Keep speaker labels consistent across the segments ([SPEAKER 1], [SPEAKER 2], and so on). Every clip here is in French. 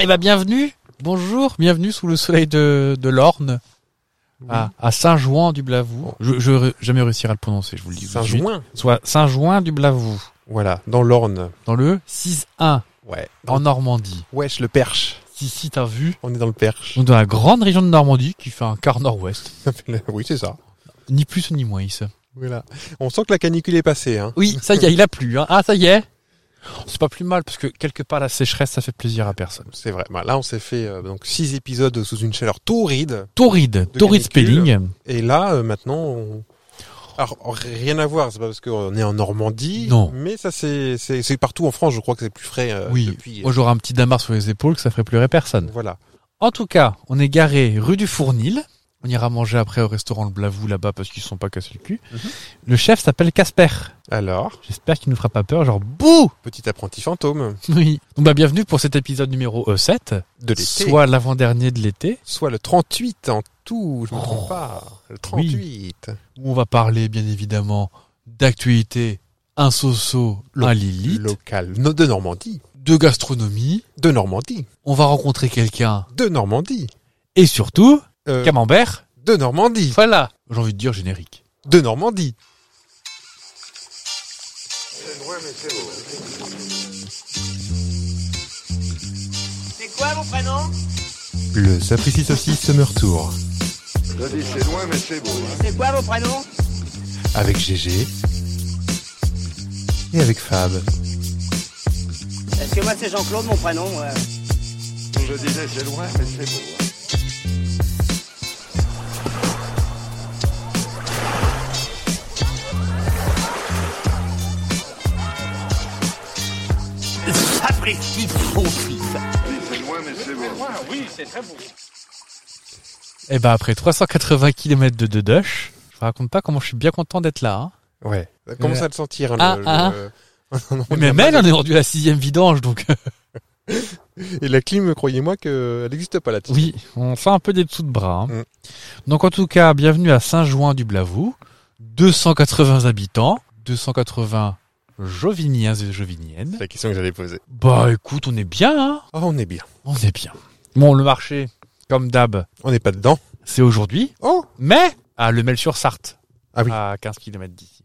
[SPEAKER 1] Eh ben bienvenue, bonjour, bienvenue sous le soleil de, de l'Orne, à, à
[SPEAKER 2] Oh.
[SPEAKER 1] Saint-Jouan-du-Blavoux. Je, je ré- jamais réussir à le prononcer, je vous le dis. tout de suite.
[SPEAKER 2] Saint-Jouin.
[SPEAKER 1] Soit Saint-Jouan-du-Blavoux,
[SPEAKER 2] Voilà, dans l'Orne.
[SPEAKER 1] dans le 6-1,
[SPEAKER 2] Ouais.
[SPEAKER 1] en Normandie.
[SPEAKER 2] Wesh, le Perche.
[SPEAKER 1] Si, si t'as vu,
[SPEAKER 2] On est dans le Perche.
[SPEAKER 1] donc dans la grande région de Normandie qui fait un quart nord-ouest,
[SPEAKER 2] oui, c'est ça.
[SPEAKER 1] ni plus ni moins.
[SPEAKER 2] Voilà. On sent que la canicule est passée. Hein.
[SPEAKER 1] Oui, ça y est, il a plu. Hein. Ah, ça y est. C'est pas plus mal parce que quelque part la sécheresse, ça fait plaisir à personne.
[SPEAKER 2] C'est vrai. Bah, là, on s'est fait euh, donc six épisodes sous une chaleur torride.
[SPEAKER 1] Torride,
[SPEAKER 2] De
[SPEAKER 1] torride
[SPEAKER 2] canicule.
[SPEAKER 1] spelling.
[SPEAKER 2] Et là, euh, maintenant, on- Alors, rien à voir. C'est pas parce qu'on est en Normandie.
[SPEAKER 1] Non.
[SPEAKER 2] Mais ça, c'est c'est- c'est partout en France. Je crois que c'est plus frais euh,
[SPEAKER 1] Oui.
[SPEAKER 2] depuis.
[SPEAKER 1] Moi, j'aurais un petit damar sur les épaules que ça ferait pleurer personne.
[SPEAKER 2] Voilà.
[SPEAKER 1] En tout cas, on est garé rue du Fournil. On ira manger après au restaurant Le Blavou là-bas parce qu'ils se sont pas cassés le cul.
[SPEAKER 2] Mhm.
[SPEAKER 1] Le chef s'appelle Casper.
[SPEAKER 2] Alors,
[SPEAKER 1] J'espère qu'il nous fera pas peur, genre bouh
[SPEAKER 2] petit apprenti fantôme
[SPEAKER 1] Oui. Donc bah bienvenue pour cet épisode numéro euh, 7,
[SPEAKER 2] de l'été. Soit...
[SPEAKER 1] soit l'avant-dernier de l'été,
[SPEAKER 2] le 38 en tout. Je me trompe
[SPEAKER 1] Oh.
[SPEAKER 2] pas. Le 38.
[SPEAKER 1] où on va parler bien évidemment d'actualité, un soso,
[SPEAKER 2] Lo-
[SPEAKER 1] un Lilith,
[SPEAKER 2] Local. No- De Normandie.
[SPEAKER 1] de gastronomie,
[SPEAKER 2] De Normandie.
[SPEAKER 1] on va rencontrer quelqu'un,
[SPEAKER 2] De Normandie.
[SPEAKER 1] et surtout,
[SPEAKER 2] Euh,
[SPEAKER 1] camembert,
[SPEAKER 2] de Normandie.
[SPEAKER 1] voilà J'ai envie de dire générique.
[SPEAKER 2] De Normandie.
[SPEAKER 3] C'est quoi mon prénom
[SPEAKER 2] Le Sapristi Saucisse Summer Tour.
[SPEAKER 4] Je dis c'est loin mais c'est beau. hein.
[SPEAKER 3] C'est quoi mon prénom
[SPEAKER 2] Avec GG. Et avec Fab.
[SPEAKER 3] Parce que moi c'est Jean-Claude mon prénom. ouais.
[SPEAKER 4] Je disais c'est loin mais c'est beau. hein. Je dis c'est loin mais c'est beau.
[SPEAKER 1] Et ben après 380 km de Dedoche, je vous raconte pas comment je suis bien content d'être là. hein.
[SPEAKER 2] Ouais. Ça commence à le sentir. hein,
[SPEAKER 1] Ah,
[SPEAKER 2] le-
[SPEAKER 1] ah.
[SPEAKER 2] le- On
[SPEAKER 1] Mais
[SPEAKER 2] dirait
[SPEAKER 1] même elle,
[SPEAKER 2] pas
[SPEAKER 1] on est rendu à la sixième vidange, donc euh,
[SPEAKER 2] que- Et la clim, croyez-moi qu'elle n'existe pas là-dessus.
[SPEAKER 1] oui, on fait un peu des dessous de bras. hein.
[SPEAKER 2] Mm.
[SPEAKER 1] Donc en tout cas, bienvenue à Saint-Jouin-du-Blavou, 280 habitants, 280 Joviniens et Joviniennes.
[SPEAKER 2] C'est la question que j'allais poser.
[SPEAKER 1] Bah écoute, on est bien, hein
[SPEAKER 2] Oh, on est bien.
[SPEAKER 1] on est bien. Bon, le marché, comme d'hab,
[SPEAKER 2] On n'est pas dedans.
[SPEAKER 1] c'est aujourd'hui,
[SPEAKER 2] Oh
[SPEAKER 1] mais à Le Mel-sur-Sarthe,
[SPEAKER 2] Ah oui.
[SPEAKER 1] à 15 km d'ici.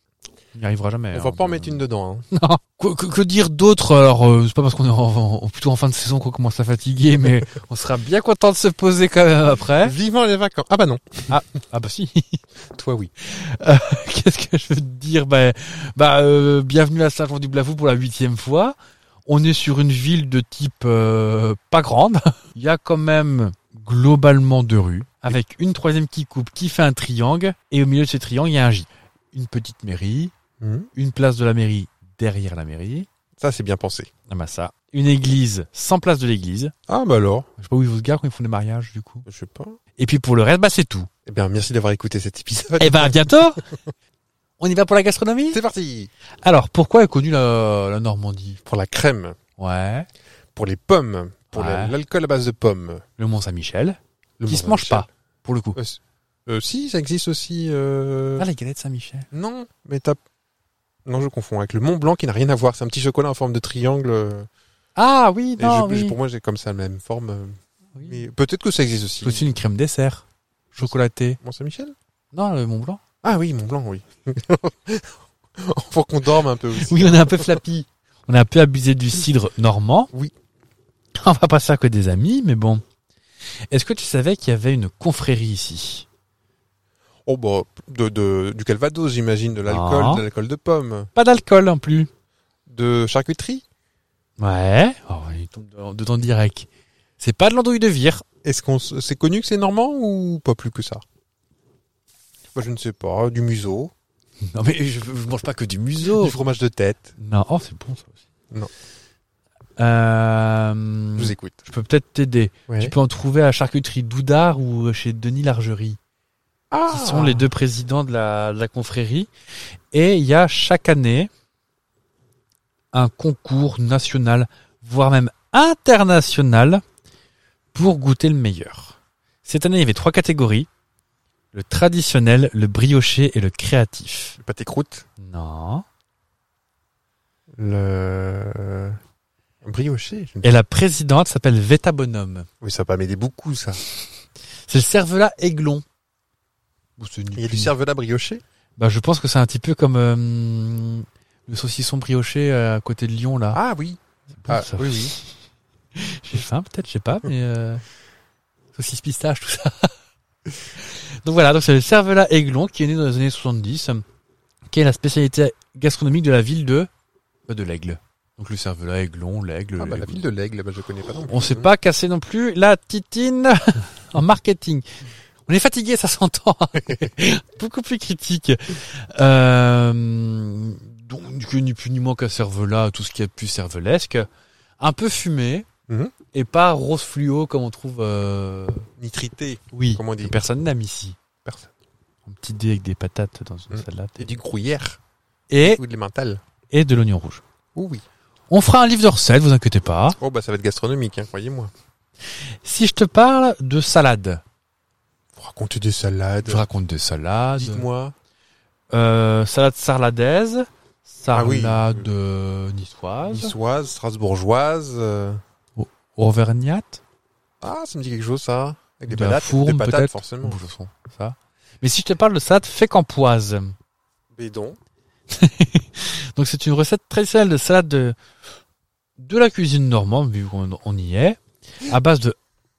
[SPEAKER 1] Il n'y arrivera jamais.
[SPEAKER 2] On
[SPEAKER 1] hein.
[SPEAKER 2] va pas en mettre une dedans. hein.
[SPEAKER 1] Non. Que, que- que dire d'autre Alors, euh, c'est pas parce qu'on est en- en- plutôt en fin de saison qu'on commence à fatiguer, mais on sera bien content de se poser quand même après.
[SPEAKER 2] Vivement les vacances. Ah bah non.
[SPEAKER 1] Ah bah si.
[SPEAKER 2] Toi oui.
[SPEAKER 1] Qu'est-ce que je veux te dire Bah, bah euh, bienvenue à Saint-Jean-du-Blavou pour la huitième fois. On est sur une ville de type euh, pas grande. Il y a quand même globalement deux rues, avec une troisième qui coupe, qui fait un triangle, et au milieu de ce triangle, il y a un J. Une petite mairie,
[SPEAKER 2] Mhm.
[SPEAKER 1] une place de la mairie derrière la mairie.
[SPEAKER 2] Ça, c'est bien pensé.
[SPEAKER 1] Ah bah ça. Une église sans place de l'église.
[SPEAKER 2] Ah bah alors.
[SPEAKER 1] Je sais pas où ils vont se garer quand ils font des mariages du coup.
[SPEAKER 2] Je sais pas.
[SPEAKER 1] Et puis pour le reste, bah c'est tout.
[SPEAKER 2] Eh bien, merci d'avoir écouté cet épisode.
[SPEAKER 1] Eh ben à bientôt On y va pour la gastronomie
[SPEAKER 2] C'est parti
[SPEAKER 1] Alors pourquoi est connue la, la Normandie
[SPEAKER 2] Pour la crème,
[SPEAKER 1] Ouais.
[SPEAKER 2] pour les pommes, pour
[SPEAKER 1] Ouais.
[SPEAKER 2] la- l'alcool à base de pommes.
[SPEAKER 1] Le Mont Saint-Michel.
[SPEAKER 2] Le
[SPEAKER 1] qui se
[SPEAKER 2] Mont
[SPEAKER 1] mange
[SPEAKER 2] Saint-Michel.
[SPEAKER 1] pas, pour le coup.
[SPEAKER 2] Euh, c- euh, si, ça existe aussi. euh,
[SPEAKER 1] Ah les galettes Saint-Michel.
[SPEAKER 2] Non, mais t'as. Non, je confonds avec le Mont Blanc qui n'a rien à voir. C'est un petit chocolat en forme de triangle. euh,
[SPEAKER 1] Ah oui,
[SPEAKER 2] et
[SPEAKER 1] non,
[SPEAKER 2] je- je-
[SPEAKER 1] oui.
[SPEAKER 2] pour moi, j'ai comme ça la même forme. euh,
[SPEAKER 1] Oui.
[SPEAKER 2] Mais peut-être que ça existe aussi.
[SPEAKER 1] C'est aussi une crème dessert. Chocolatée.
[SPEAKER 2] Mont Saint-Michel
[SPEAKER 1] Non, le Mont Blanc.
[SPEAKER 2] Ah oui, Mont Blanc, oui. Faut qu'on dorme un peu aussi.
[SPEAKER 1] Oui, on est un peu flappy. On a un peu abusé du cidre normand.
[SPEAKER 2] Oui.
[SPEAKER 1] On va pas se faire que des amis, mais bon. Est-ce que tu savais qu'il y avait une confrérie ici
[SPEAKER 2] Oh, bah, de, de- du Calvados, j'imagine, de l'alcool,
[SPEAKER 1] Ah.
[SPEAKER 2] de l'alcool de pommes,
[SPEAKER 1] Pas d'alcool en plus.
[SPEAKER 2] de charcuterie.
[SPEAKER 1] Ouais. Oh, il tombe dedans- dedans direct. C'est pas de l'andouille de vire.
[SPEAKER 2] Est-ce qu'on s- c'est connu que c'est normand ou pas plus que ça Moi, je ne sais pas. Du museau,
[SPEAKER 1] Non mais je, je mange pas que du museau.
[SPEAKER 2] du fromage de tête.
[SPEAKER 1] Non, oh c'est bon ça aussi.
[SPEAKER 2] Non.
[SPEAKER 1] Euh,
[SPEAKER 2] Je vous écoute.
[SPEAKER 1] je peux peut-être t'aider.
[SPEAKER 2] Ouais.
[SPEAKER 1] Tu peux en trouver à la charcuterie Doudard ou chez Denis Largerie,
[SPEAKER 2] Ah
[SPEAKER 1] qui sont les deux présidents de la, de la confrérie. Et il y a chaque année un concours national, voire même international, pour goûter le meilleur. Cette année, il y avait trois catégories. Le traditionnel, le brioché et le créatif.
[SPEAKER 2] Le pâté croûte.
[SPEAKER 1] Non.
[SPEAKER 2] Le. Brioché. je ne-
[SPEAKER 1] Et la présidente s'appelle Veta Bonhomme.
[SPEAKER 2] Oui, ça va pas m'aider beaucoup, ça.
[SPEAKER 1] C'est le cervelat aiglon.
[SPEAKER 2] Il y a du cervelas brioché
[SPEAKER 1] Bah, je pense que c'est un petit peu comme euh, le saucisson brioché euh, à côté de Lyon là.
[SPEAKER 2] Ah oui.
[SPEAKER 1] Bon,
[SPEAKER 2] ah,
[SPEAKER 1] ça-
[SPEAKER 2] oui, oui.
[SPEAKER 1] J'ai faim peut-être, je sais pas, mais euh, saucisse pistache tout ça. donc voilà, donc c'est le cervelat aiglon qui est né dans les années 70, euh, qui est la spécialité gastronomique de la ville de bah, de l'aigle. Donc le cervelat aiglon, l'aigle.
[SPEAKER 2] Ah, bah, la
[SPEAKER 1] l'aigle.
[SPEAKER 2] ville de l'Aigle, bah, je connais pas non plus.
[SPEAKER 1] On s'est pas cassé non plus la titine en marketing. On est fatigué, ça s'entend. Beaucoup plus critique. Euh, donc, que ni plus ni moins qu'un cervelat, tout ce qui est plus cervelesque. Un peu fumé.
[SPEAKER 2] Mhm.
[SPEAKER 1] Et pas rose fluo comme on trouve, euh,
[SPEAKER 2] Nitrité.
[SPEAKER 1] oui,
[SPEAKER 2] Comment on dit
[SPEAKER 1] que personne n'aime ici.
[SPEAKER 2] Personne.
[SPEAKER 1] Un petit dé avec des patates dans une
[SPEAKER 2] Mhm.
[SPEAKER 1] salade.
[SPEAKER 2] Et du gruyère.
[SPEAKER 1] Et,
[SPEAKER 2] Ou de l'emmental.
[SPEAKER 1] et de l'oignon rouge.
[SPEAKER 2] Oh oui.
[SPEAKER 1] On fera un livre de recettes, vous inquiétez pas.
[SPEAKER 2] Oh, bah, ça va être gastronomique, hein, croyez-moi.
[SPEAKER 1] Si je te parle de salade,
[SPEAKER 2] Vous racontez des salades.
[SPEAKER 1] je raconte des salades.
[SPEAKER 2] Dites-moi.
[SPEAKER 1] Euh, salade sarladaise,
[SPEAKER 2] Ah oui.
[SPEAKER 1] salade euh, niçoise,
[SPEAKER 2] Niçoise, strasbourgeoise. euh,
[SPEAKER 1] auvergnate,
[SPEAKER 2] Ah, ça me dit quelque chose, ça. Avec des
[SPEAKER 1] De la
[SPEAKER 2] patates.
[SPEAKER 1] fourme,
[SPEAKER 2] des patates,
[SPEAKER 1] peut-être.
[SPEAKER 2] forcément.
[SPEAKER 1] Bon, je sens ça. Mais si je te parle de salade fécampoise,
[SPEAKER 2] Bédon.
[SPEAKER 1] donc c'est une recette traditionnelle de salade de, de la cuisine normande, vu qu'on on y est, à base de...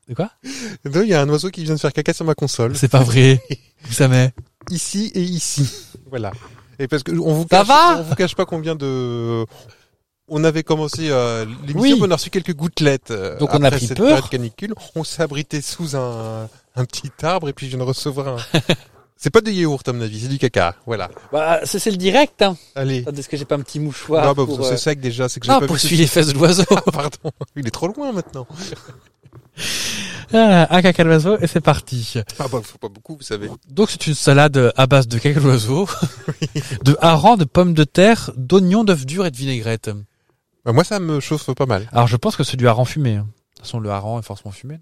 [SPEAKER 1] De quoi
[SPEAKER 2] Il y a un oiseau qui vient de faire caca sur ma console.
[SPEAKER 1] C'est pas vrai. Vous savez.
[SPEAKER 2] ici et ici. Voilà. Et parce que on vous
[SPEAKER 1] Ça
[SPEAKER 2] cache,
[SPEAKER 1] va
[SPEAKER 2] on vous cache pas combien de on avait commencé euh, l'émission,
[SPEAKER 1] Oui.
[SPEAKER 2] on a reçu quelques gouttelettes. euh,
[SPEAKER 1] Donc on a
[SPEAKER 2] après
[SPEAKER 1] pris
[SPEAKER 2] cette
[SPEAKER 1] peur.
[SPEAKER 2] période canicule, on s'est abrité sous un, un petit arbre et puis je viens de recevoir un. c'est pas du yaourt à mon avis, c'est du caca. Voilà.
[SPEAKER 1] Bah, c'est le direct. Hein.
[SPEAKER 2] Allez.
[SPEAKER 1] Attendez, est-ce que j'ai pas un petit mouchoir euh,
[SPEAKER 2] Non, bah, c'est sec déjà, c'est que j'ai
[SPEAKER 1] Non,
[SPEAKER 2] pas
[SPEAKER 1] Ah, pour
[SPEAKER 2] vu-
[SPEAKER 1] suivre les fesses de l'oiseau.
[SPEAKER 2] Ah, Pardon, il est trop loin maintenant.
[SPEAKER 1] Ah, un caca d'oiseau et c'est parti.
[SPEAKER 2] Ah bah faut pas beaucoup, vous savez.
[SPEAKER 1] Donc c'est une salade euh, à base de quelques oiseaux, de harengs, de pommes de terre, d'oignons, d'œufs durs et de vinaigrette.
[SPEAKER 2] Bah, moi ça me chauffe pas mal.
[SPEAKER 1] Alors je pense que c'est du hareng fumé. hein. De toute façon, le hareng est forcément fumé.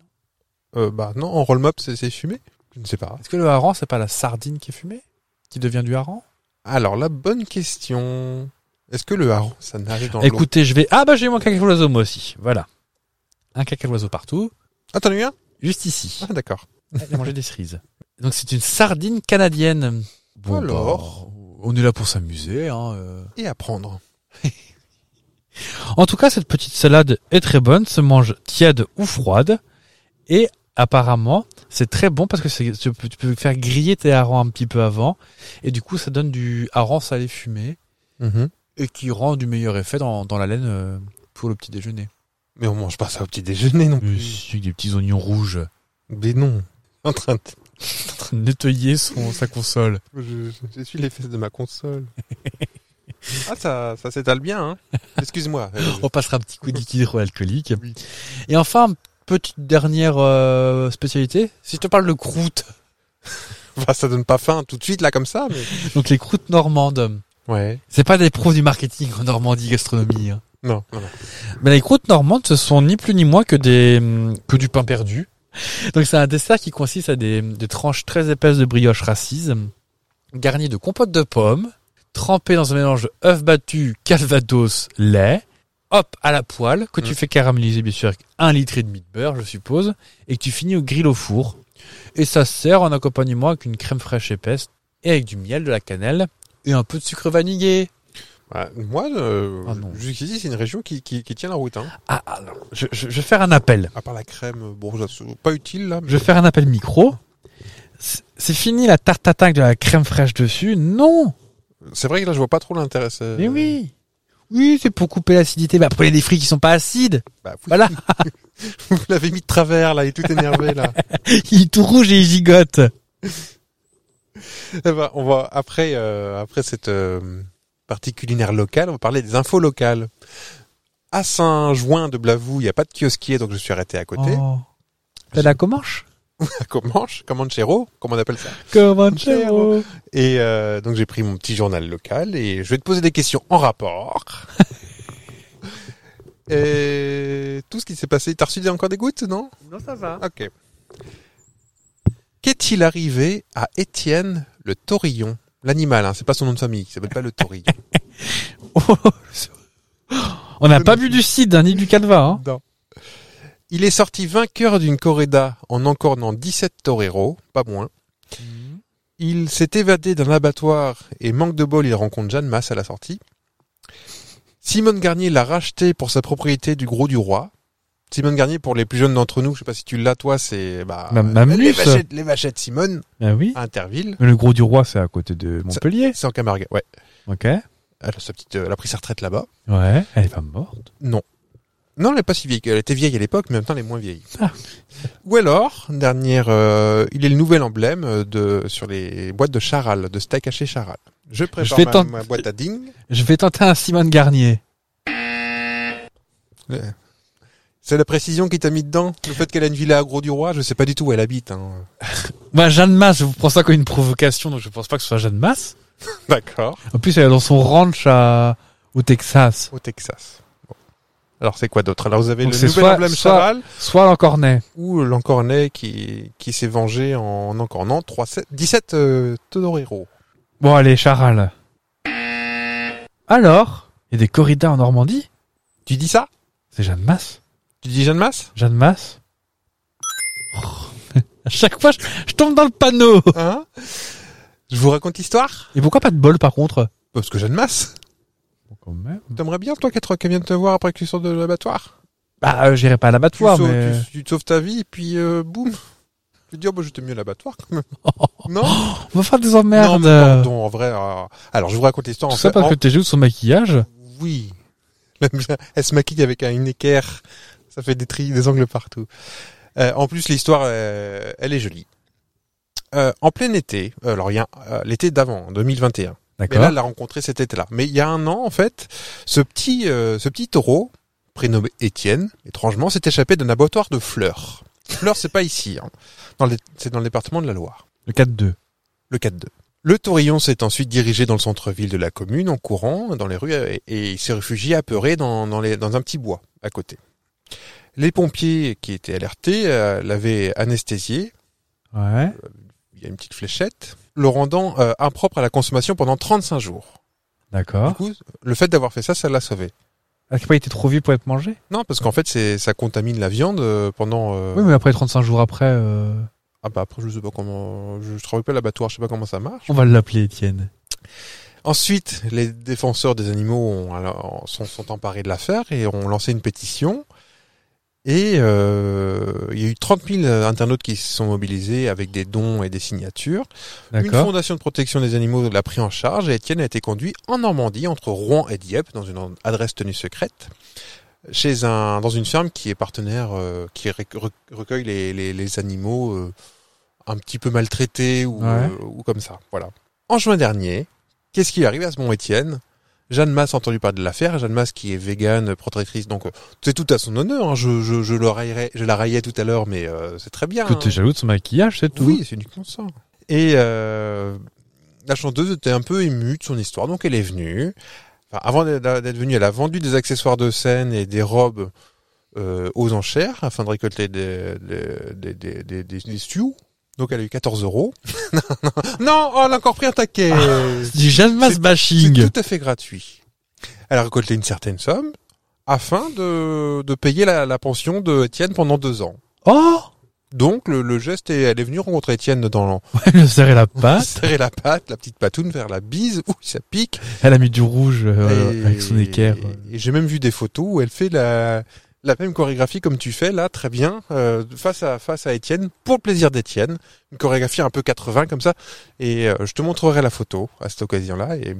[SPEAKER 1] non
[SPEAKER 2] Euh, bah non, en roll mop c'est c'est fumé. Je ne sais pas.
[SPEAKER 1] Est-ce que le hareng c'est pas la sardine qui est fumée, qui devient du hareng
[SPEAKER 2] Alors la bonne question. Est-ce que le hareng, ça n'arrive dans l'eau
[SPEAKER 1] Écoutez, je vais. Ah bah j'ai eu mon caca d'oiseau moi aussi. Voilà, un caca d'oiseau partout,
[SPEAKER 2] Ah, t'en as eu un
[SPEAKER 1] juste ici.
[SPEAKER 2] Ah, d'accord.
[SPEAKER 1] J'ai mangé des cerises. Donc c'est une sardine canadienne. Bon
[SPEAKER 2] Alors
[SPEAKER 1] bah, on est là pour s'amuser. Hein, euh.
[SPEAKER 2] Et à prendre.
[SPEAKER 1] En tout cas, cette petite salade est très bonne, se mange tiède ou froide. Et apparemment, c'est très bon parce que c'est- tu peux, tu peux faire griller tes harengs un petit peu avant. Et du coup, ça donne du hareng salé fumé et qui rend du meilleur effet dans, dans la laine euh, pour le petit déjeuner.
[SPEAKER 2] Mais on mange pas ça au petit déjeuner non plus.
[SPEAKER 1] Avec des petits oignons rouges.
[SPEAKER 2] Mais non. En train de...
[SPEAKER 1] En train de nettoyer son, sa console.
[SPEAKER 2] Je, je suis les fesses de ma console. ah, ça, ça s'étale bien, hein. Excuse-moi. euh,
[SPEAKER 1] On passera un petit coup d'hydroalcoolique.
[SPEAKER 2] Oui.
[SPEAKER 1] Et enfin, petite dernière euh, spécialité. Si je te parle de croûte,
[SPEAKER 2] Enfin, ça donne pas faim tout de suite, là, comme ça, mais...
[SPEAKER 1] donc les croûtes normandes.
[SPEAKER 2] Ouais.
[SPEAKER 1] C'est pas des pros du marketing en Normandie gastronomie. hein.
[SPEAKER 2] Non, non, non.
[SPEAKER 1] Mais les croûtes normandes, ce sont ni plus ni moins que des hum, que du pain perdu. Donc c'est un dessert qui consiste à des, des tranches très épaisses de brioche racise, garnies de compote de pommes, trempées dans un mélange œufs battus, calvados, lait, hop à la poêle que tu
[SPEAKER 2] Mm.
[SPEAKER 1] fais caraméliser bien sûr avec un litre et demi de beurre, je suppose, et que tu finis au grill au four. Et ça se sert en accompagnement avec une crème fraîche épaisse et avec du miel, de la cannelle et un peu de sucre vanillé.
[SPEAKER 2] Bah, moi, euh,
[SPEAKER 1] Ah, non.
[SPEAKER 2] jusqu'ici, c'est une région qui, qui, qui tient la route, hein.
[SPEAKER 1] Ah, ah, non. Je, je, je vais faire un appel.
[SPEAKER 2] À part la crème, euh, bon, ça, c'est pas utile, là. mais-
[SPEAKER 1] Je vais faire un appel micro. C'est c'est fini la tarte tatin avec de la crème fraîche dessus. Non
[SPEAKER 2] C'est vrai que là, je vois pas trop l'intérêt. c'est-
[SPEAKER 1] Mais oui Oui, c'est pour couper l'acidité. Bah, prenez des fruits qui sont pas acides.
[SPEAKER 2] Bah, vous,
[SPEAKER 1] Voilà.
[SPEAKER 2] vous l'avez mis de travers, là, il est tout énervé, là.
[SPEAKER 1] Il est tout rouge et il gigote.
[SPEAKER 2] Eh ben, on va après euh, après cette euh, partie culinaire locale, on va parler des infos locales. À Saint-Jouin de Blavou, il n'y a pas de kiosquier, donc je suis arrêté à côté.
[SPEAKER 1] Oh. T'as la comanche
[SPEAKER 2] À Comanche, Comanchero, comme on appelle ça.
[SPEAKER 1] Comanchero
[SPEAKER 2] Et euh, donc j'ai pris mon petit journal local et je vais te poser des questions en rapport. et tout ce qui s'est passé, t'as reçu des- encore des gouttes, non
[SPEAKER 3] Non, ça va.
[SPEAKER 2] Ok. Qu'est-il arrivé à Étienne le Taurillon L'animal, hein, c'est pas son nom de famille, il s'appelle pas le Taurillon.
[SPEAKER 1] Oh, On n'a pas bu du cidre, hein, ni du canevas. hein.
[SPEAKER 2] Non. Il est sorti vainqueur d'une corrida en encornant 17 toreros, pas moins.
[SPEAKER 1] Mhm.
[SPEAKER 2] Il s'est évadé d'un abattoir et manque de bol, il rencontre Jeanne Masse à la sortie. Simone Garnier l'a racheté pour sa propriété du Gros du Roi. Simone Garnier, pour les plus jeunes d'entre nous, je sais pas si tu l'as toi, c'est bah,
[SPEAKER 1] Ma- ma
[SPEAKER 2] les,
[SPEAKER 1] muse.
[SPEAKER 2] vachettes, les vachettes Simone
[SPEAKER 1] Ah oui.
[SPEAKER 2] à Interville.
[SPEAKER 1] Mais le gros du roi, c'est à côté de Montpellier.
[SPEAKER 2] C'est en Camargue, ouais.
[SPEAKER 1] Ok.
[SPEAKER 2] Elle a, sa petite, euh, elle a pris sa retraite là-bas.
[SPEAKER 1] Ouais. Elle est pas morte.
[SPEAKER 2] Non, elle n'est pas si vieille. Elle était vieille à l'époque, mais en même temps, elle est moins vieille.
[SPEAKER 1] Ah.
[SPEAKER 2] Ou alors, dernière, euh, il est le nouvel emblème euh, de sur les boîtes de charal, de steak haché charal. Je prépare
[SPEAKER 1] vais
[SPEAKER 2] ma-
[SPEAKER 1] tenter-
[SPEAKER 2] ma, boîte à ding.
[SPEAKER 1] Je vais tenter un Simone Garnier.
[SPEAKER 2] C'est la précision qui t'a mis dedans. Le fait qu'elle a une villa à Gros du Roi, je sais pas du tout où elle habite. hein.
[SPEAKER 1] Bah, Jeanne Masse, je vous prends ça comme une provocation, donc je pense pas que ce soit Jeanne Masse.
[SPEAKER 2] D'accord.
[SPEAKER 1] En plus, elle est dans son ranch à... au Texas.
[SPEAKER 2] Au Texas. Bon. Alors c'est quoi d'autre Alors vous avez
[SPEAKER 1] Donc,
[SPEAKER 2] le
[SPEAKER 1] c'est
[SPEAKER 2] nouvel
[SPEAKER 1] soit-
[SPEAKER 2] emblème
[SPEAKER 1] soit-
[SPEAKER 2] charal
[SPEAKER 1] Soit l'encornet.
[SPEAKER 2] ou l'encornet qui qui s'est vengé en encornant 3, 7, 17 euh, toreros.
[SPEAKER 1] Bon, allez, Charal. Alors, il y a des corridas en Normandie
[SPEAKER 2] Tu dis ça
[SPEAKER 1] C'est Jeanne Masse
[SPEAKER 2] Tu dis Jeanne Masse
[SPEAKER 1] Jeanne Masse Oh. À chaque fois, je, je tombe dans le panneau
[SPEAKER 2] Hein Je vous raconte l'histoire
[SPEAKER 1] Et pourquoi pas de bol, par contre
[SPEAKER 2] Parce que Jeanne Masse. Oh,
[SPEAKER 1] quand même.
[SPEAKER 2] T'aimerais bien, toi, qu'être qu'elle vienne te voir après que tu sors de l'abattoir
[SPEAKER 1] Bah, euh, j'irai pas à
[SPEAKER 2] tu,
[SPEAKER 1] l'abattoir,
[SPEAKER 2] sauves-
[SPEAKER 1] mais...
[SPEAKER 2] tu- tu te sauves ta vie, et puis euh, boum Tu te dis, oh, bah, j'étais mieux à l'abattoir, quand même. non
[SPEAKER 1] On va faire des
[SPEAKER 2] Non,
[SPEAKER 1] emmerdes
[SPEAKER 2] mais pardon, en vrai... euh, Alors, je vous raconte l'histoire.
[SPEAKER 1] Tout
[SPEAKER 2] en
[SPEAKER 1] ça
[SPEAKER 2] fait,
[SPEAKER 1] parce
[SPEAKER 2] en-
[SPEAKER 1] que t'es joué de son maquillage
[SPEAKER 2] Oui. Même bien, Elle se maquille avec un une équerre. Ça fait des tris, des angles partout. Euh, en plus, l'histoire, euh, elle est jolie. Euh, en plein été, euh, alors il y a euh, l'été d'avant, en 2021. Mais
[SPEAKER 1] D'accord.
[SPEAKER 2] là, elle l'a rencontré cet été-là. Mais il y a un an, en fait, ce petit, euh, ce petit taureau, prénommé Étienne, étrangement, s'est échappé d'un abattoir de Fleurs. Fleurs, c'est pas ici. hein. Dans le- C'est dans le département de la Loire
[SPEAKER 1] Le 4-2.
[SPEAKER 2] le 4-2. Le taurillon s'est ensuite dirigé dans le centre-ville de la commune en courant dans les rues euh, et, et il s'est réfugié apeuré dans, dans, les- dans un petit bois à côté. Les pompiers qui étaient alertés euh, l'avaient anesthésié,
[SPEAKER 1] Ouais.
[SPEAKER 2] il y a une petite fléchette, le rendant euh, impropre à la consommation pendant 35 jours. Du
[SPEAKER 1] D'accord.
[SPEAKER 2] coup, le fait d'avoir fait ça, ça l'a sauvé. Ah,
[SPEAKER 1] Est-ce qu'il n'a pas été trop vieux pour être mangé
[SPEAKER 2] Non, parce qu'en fait, c'est ça contamine la viande euh, pendant... euh,
[SPEAKER 1] Oui, mais après 35 jours après, euh,
[SPEAKER 2] Ah bah après, je sais pas comment... Je, je travaille pas à l'abattoir, je sais pas comment ça marche.
[SPEAKER 1] on va l'appeler Étienne.
[SPEAKER 2] Ensuite, les défenseurs des animaux ont, alors, sont, sont emparés de l'affaire et ont lancé une pétition. Et euh, il y a eu 30 000 internautes qui se sont mobilisés avec des dons et des signatures. Une
[SPEAKER 1] D'accord.
[SPEAKER 2] fondation de protection des animaux l'a pris en charge et Étienne a été conduit en Normandie, entre Rouen et Dieppe, dans une adresse tenue secrète, chez un, dans une ferme qui est partenaire, euh, qui rec- rec- recueille les, les- les animaux euh, un petit peu maltraités ou,
[SPEAKER 1] Ouais.
[SPEAKER 2] euh, ou comme ça. Voilà. En juin dernier, qu'est-ce qui lui arrive à ce bon Étienne Jeanne Masse a entendu parler de l'affaire. Jeanne Masse qui est végane, protectrice, donc euh, c'est tout à son honneur. hein. Je, je, je, le raillerai- je la raillais tout à l'heure, mais euh, c'est très bien.
[SPEAKER 1] Que t'es
[SPEAKER 2] hein.
[SPEAKER 1] jaloux de son maquillage, c'est tout.
[SPEAKER 2] Oui, c'est uniquement ça. Et euh, la chanteuse était un peu émue de son histoire, donc elle est venue. Enfin, avant d'être d'être venue, elle a vendu des accessoires de scène et des robes euh, aux enchères afin de récolter des, des, des, des, des, des- des stews. Donc elle a eu 14 euros. non, oh, elle a encore pris un taquet.
[SPEAKER 1] Du Jeanne Masse
[SPEAKER 2] C'est- C'est
[SPEAKER 1] bashing.
[SPEAKER 2] tout à fait gratuit. Elle a récolté une certaine somme afin de, de payer la, la pension de Étienne pendant deux ans.
[SPEAKER 1] Oh
[SPEAKER 2] Donc le, le geste, est, elle est venue rencontrer Étienne dans,
[SPEAKER 1] Elle lui a serré la
[SPEAKER 2] serrer
[SPEAKER 1] patte.
[SPEAKER 2] la patte, la petite patoune vers la bise, ouh, ça pique.
[SPEAKER 1] Elle a mis du rouge euh,
[SPEAKER 2] Et-
[SPEAKER 1] avec son équerre.
[SPEAKER 2] Et j'ai même vu des photos où elle fait la, la même chorégraphie comme tu fais là, très bien, euh, face à face à Étienne, pour le plaisir d'Étienne. Une chorégraphie un peu 80 comme ça. Et euh, je te montrerai la photo à cette occasion-là. Et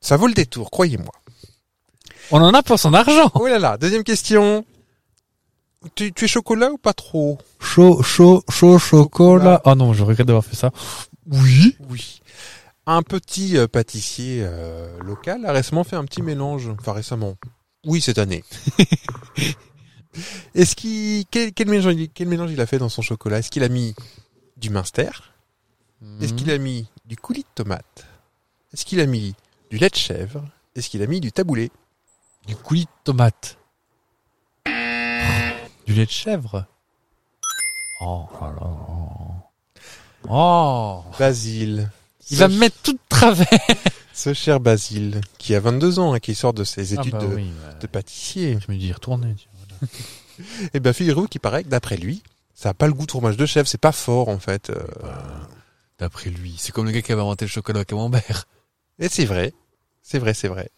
[SPEAKER 2] ça vaut le détour, croyez-moi.
[SPEAKER 1] On en a pour son argent.
[SPEAKER 2] Oh là là, deuxième question. Tu, tu es chocolat ou pas trop
[SPEAKER 1] Chaud, chaud, chaud, chocolat. Oh non, je regrette d'avoir fait ça. Oui.
[SPEAKER 2] Oui. Un petit euh, pâtissier euh, local a récemment fait un petit mélange. Enfin, récemment. Oui, cette année. Est-ce qu'il quel, quel mélange, il- quel mélange il a fait dans son chocolat Est-ce qu'il a mis du minster Est-ce
[SPEAKER 1] Hmm.
[SPEAKER 2] qu'il a mis du coulis de tomate Est-ce qu'il a mis du lait de chèvre Est-ce qu'il a mis du taboulé
[SPEAKER 1] Du coulis de tomate. Du lait de chèvre. Oh là là. Oh.
[SPEAKER 2] Basile.
[SPEAKER 1] Il va me mettre tout de travers.
[SPEAKER 2] Ce cher Basile, qui a 22 ans, hein, qui sort de ses
[SPEAKER 1] Ah
[SPEAKER 2] études
[SPEAKER 1] bah
[SPEAKER 2] de,
[SPEAKER 1] oui, bah,
[SPEAKER 2] de pâtissier,
[SPEAKER 1] je me dis retourner. tiens, voilà.
[SPEAKER 2] eh ben figurez-vous qu'il paraît que d'après lui, ça n'a pas le goût de fromage de chèvre, c'est pas fort en fait. euh,
[SPEAKER 5] D'après lui, c'est comme le gars qui avait inventé le chocolat à camembert.
[SPEAKER 2] Et c'est vrai, c'est vrai, c'est vrai.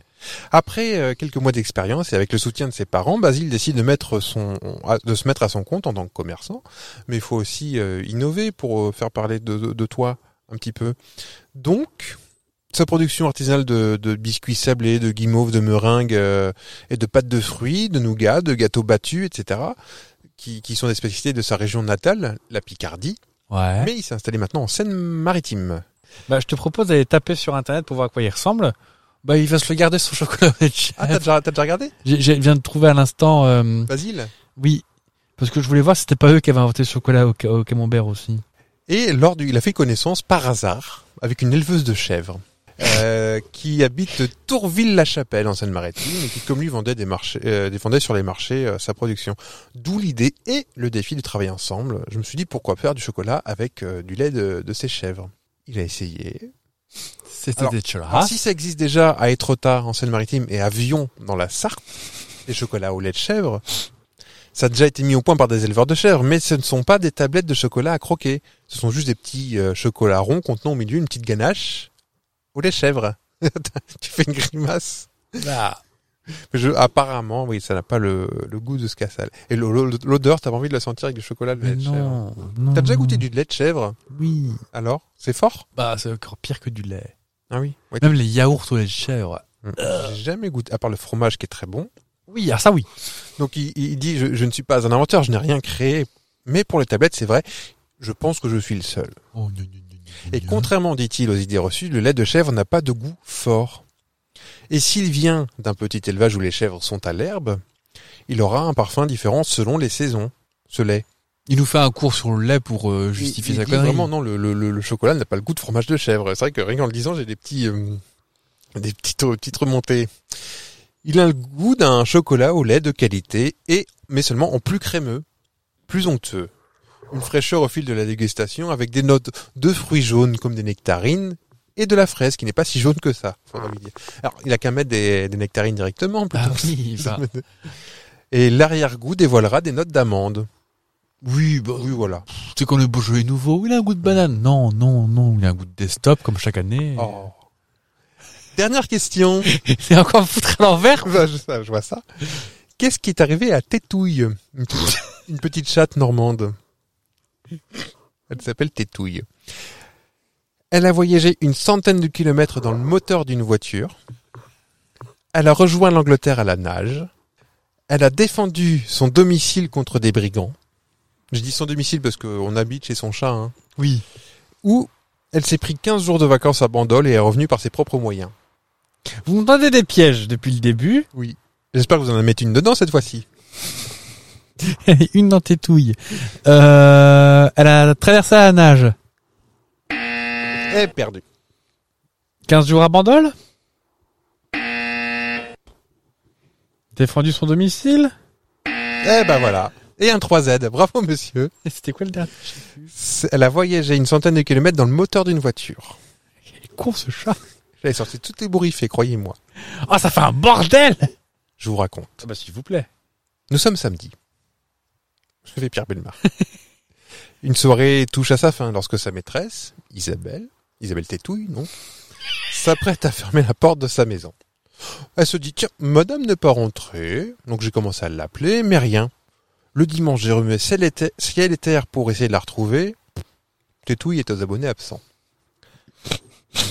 [SPEAKER 2] Après euh, quelques mois d'expérience et avec le soutien de ses parents, Basile décide de, mettre son, à- de se mettre à son compte en tant que commerçant. Mais il faut aussi euh, innover pour euh, faire parler de, de- de toi un petit peu. Donc, sa production artisanale de, de biscuits sablés, de guimauves, de meringues euh, et de pâtes de fruits, de nougats, de gâteaux battus, etc., qui, qui sont des spécificités de sa région natale, la Picardie.
[SPEAKER 1] Ouais.
[SPEAKER 2] Mais il s'est installé maintenant en Seine-Maritime.
[SPEAKER 1] Bah, je te propose d'aller taper sur internet pour voir à quoi il ressemble. Bah, il va se le garder son chocolat au lait de chèvre.
[SPEAKER 2] Ah, t'as déjà, t'as déjà regardé
[SPEAKER 1] J'ai- j'ai- Je viens de trouver à l'instant. euh,
[SPEAKER 2] Basile
[SPEAKER 1] oui, parce que je voulais voir si c'était pas eux qui avaient inventé le chocolat au, ca- au camembert aussi.
[SPEAKER 2] Et lors du, il a fait connaissance par hasard avec une éleveuse de chèvres euh, qui habite Tourville-la-Chapelle en Seine-Maritime et qui, comme lui, vendait des marchés, euh, défendait sur les marchés euh, sa production. D'où l'idée et le défi de travailler ensemble. Je me suis dit pourquoi faire du chocolat avec euh, du lait de, de ses chèvres. Il a essayé.
[SPEAKER 1] C'était
[SPEAKER 2] Alors,
[SPEAKER 1] des chocolats.
[SPEAKER 2] Alors, si ça existe déjà à Étretat en Seine-Maritime et à Vion dans la Sarthe, des chocolats au lait de chèvre, ça a déjà été mis au point par des éleveurs de chèvres, mais ce ne sont pas des tablettes de chocolat à croquer. Ce sont juste des petits euh, chocolats ronds contenant au milieu une petite ganache au lait de chèvre. tu fais une grimace.
[SPEAKER 1] bah,
[SPEAKER 2] Mais je, apparemment, oui, ça n'a pas le, le goût de ce cassal. Et le- le- l'odeur, t'as pas envie de la sentir avec du chocolat de lait
[SPEAKER 1] Mais
[SPEAKER 2] de chèvre.
[SPEAKER 1] non, non.
[SPEAKER 2] T'as déjà goûté du lait de chèvre
[SPEAKER 1] Oui.
[SPEAKER 2] Alors, c'est fort
[SPEAKER 5] Bah, c'est encore pire que du lait.
[SPEAKER 2] Ah oui. Ouais,
[SPEAKER 5] Même les yaourts au lait de chèvre.
[SPEAKER 1] Euh.
[SPEAKER 2] J'ai jamais goûté, à part le fromage qui est très bon.
[SPEAKER 1] Oui, ah ça oui.
[SPEAKER 2] Donc il, il dit je, je ne suis pas un inventeur, je n'ai rien créé. Mais pour les tablettes, c'est vrai, je pense que je suis le seul.
[SPEAKER 5] Oh, gna, gna, gna, gna,
[SPEAKER 2] Et
[SPEAKER 5] gna.
[SPEAKER 2] contrairement, dit-il, aux idées reçues, le lait de chèvre n'a pas de goût fort. Et s'il vient d'un petit élevage où les chèvres sont à l'herbe, il aura un parfum différent selon les saisons. Ce lait.
[SPEAKER 5] Il nous fait un cours sur le lait pour euh, justifier
[SPEAKER 2] Il- il
[SPEAKER 5] sa
[SPEAKER 2] dit
[SPEAKER 5] connerie.
[SPEAKER 2] Vraiment, non, le, le- le- le chocolat n'a pas le goût de fromage de chèvre. C'est vrai que rien qu'en le disant, j'ai des petits, euh, des petites, euh, petites remontées. Il a le goût d'un chocolat au lait de qualité et, mais seulement en plus crémeux, plus onctueux. Une fraîcheur au fil de la dégustation avec des notes de fruits jaunes comme des nectarines et de la fraise qui n'est pas si jaune que ça. faudra lui dire. Alors, il a qu'à mettre des, des nectarines directement plutôt.
[SPEAKER 5] Ah oui, bah.
[SPEAKER 2] Et l'arrière-goût dévoilera des notes d'amande.
[SPEAKER 5] oui, bah,
[SPEAKER 2] Oui, voilà.
[SPEAKER 5] c'est comme le Beaujolais nouveau. Il a un goût de banane. Non, non, non. Il a un goût de desktop comme chaque année.
[SPEAKER 2] Oh. Dernière question.
[SPEAKER 1] C'est encore me foutre à l'envers.
[SPEAKER 2] Bah, je, ça, je vois ça. Qu'est-ce qui est arrivé à Tétouille une petite, une petite chatte normande. Elle s'appelle Tétouille. Elle a voyagé une centaine de kilomètres dans le moteur d'une voiture. Elle a rejoint l'Angleterre à la nage. Elle a défendu son domicile contre des brigands. Je dis son domicile parce qu'on habite chez son chat. Hein.
[SPEAKER 1] Oui.
[SPEAKER 2] Où elle s'est pris 15 jours de vacances à Bandol et est revenue par ses propres moyens.
[SPEAKER 1] Vous m'entendez des pièges depuis le début.
[SPEAKER 2] J'espère que vous en mettez une dedans cette fois-ci.
[SPEAKER 1] Une dans tes touilles. Euh, elle a traversé à la nage.
[SPEAKER 2] est Eh, perdu.
[SPEAKER 1] 15 jours à Bandol Défendu son domicile
[SPEAKER 2] Eh ben voilà. Et un 3Z. Bravo, monsieur.
[SPEAKER 1] Et C'était quoi le dernier
[SPEAKER 2] C'est- Elle a voyagé une centaine de kilomètres dans le moteur d'une voiture.
[SPEAKER 1] Il est con ce chat
[SPEAKER 2] J'avais sorti toutes les bourriffées, croyez-moi.
[SPEAKER 1] Ah ça fait un bordel
[SPEAKER 2] Je vous raconte.
[SPEAKER 1] Ah bah s'il vous plaît
[SPEAKER 2] Nous sommes samedi. Je vais Pierre Belmar. Une soirée touche à sa fin lorsque sa maîtresse, Isabelle, Isabelle Tétouille, non, s'apprête à fermer la porte de sa maison. Elle se dit, tiens, madame n'est pas rentrée, donc j'ai commencé à l'appeler, mais rien. Le dimanche, j'ai remué ciel et terre- ciel et terre pour essayer de la retrouver. Tétouille est aux abonnés absents.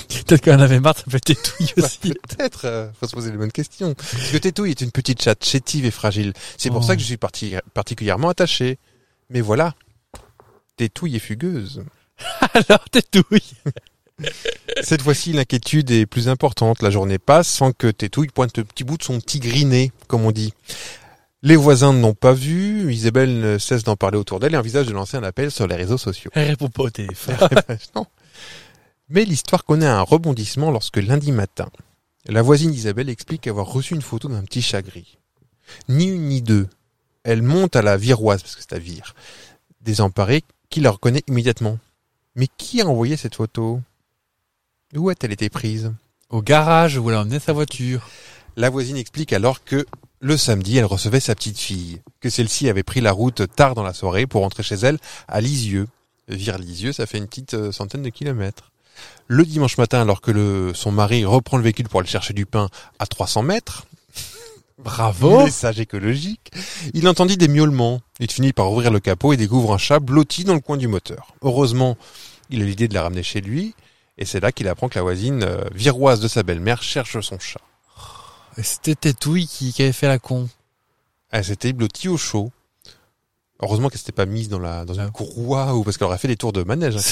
[SPEAKER 1] Peut-être qu'elle en avait marre, ça peut être des touilles aussi
[SPEAKER 2] Peut-être, euh, faut se poser les bonnes questions. Parce que Tétouille est une petite chatte chétive et fragile. C'est pour
[SPEAKER 1] Oh.
[SPEAKER 2] ça que je suis parti- particulièrement attaché. Mais voilà, Tétouille est fugueuse.
[SPEAKER 1] Alors tes touilles
[SPEAKER 2] Cette fois-ci, l'inquiétude est plus importante. La journée passe sans que Tétouille pointe le petit bout de son petit grinet, comme on dit. Les voisins ne l'ont pas vu, Isabelle ne cesse d'en parler autour d'elle et envisage de lancer un appel sur les réseaux sociaux.
[SPEAKER 1] Elle répond pas au téléphone
[SPEAKER 2] Eh ben, Non. Mais l'histoire connaît un rebondissement lorsque lundi matin, la voisine Isabelle explique avoir reçu une photo d'un petit chat gris. Ni une ni deux. Elle monte à la viroise, parce que c'est à vire, désemparée, qui la reconnaît immédiatement. Mais qui a envoyé cette photo Où a-t-elle été prise
[SPEAKER 5] Au garage où elle a emmené sa voiture.
[SPEAKER 2] La voisine explique alors que le samedi, elle recevait sa petite fille, que celle-ci avait pris la route tard dans la soirée pour rentrer chez elle à Lisieux. Vire Lisieux, ça fait une petite euh, centaine de kilomètres. Le dimanche matin, alors que le, son mari reprend le véhicule pour aller chercher du pain à 300 mètres,
[SPEAKER 5] Bravo
[SPEAKER 2] Message écologique. Il entendit des miaulements. Il finit par ouvrir le capot et découvre un chat blotti dans le coin du moteur. Heureusement, il a l'idée de la ramener chez lui. Et c'est là qu'il apprend que la voisine euh, viroise de sa belle-mère cherche son chat.
[SPEAKER 5] Et C'était Tétouille qui, qui avait fait la con.
[SPEAKER 2] Elle s'était blottie Ah, au chaud. Heureusement qu'elle s'était pas mise dans la dans
[SPEAKER 5] Ah.
[SPEAKER 2] une courroie ou parce qu'elle aurait fait des tours de manège, hein,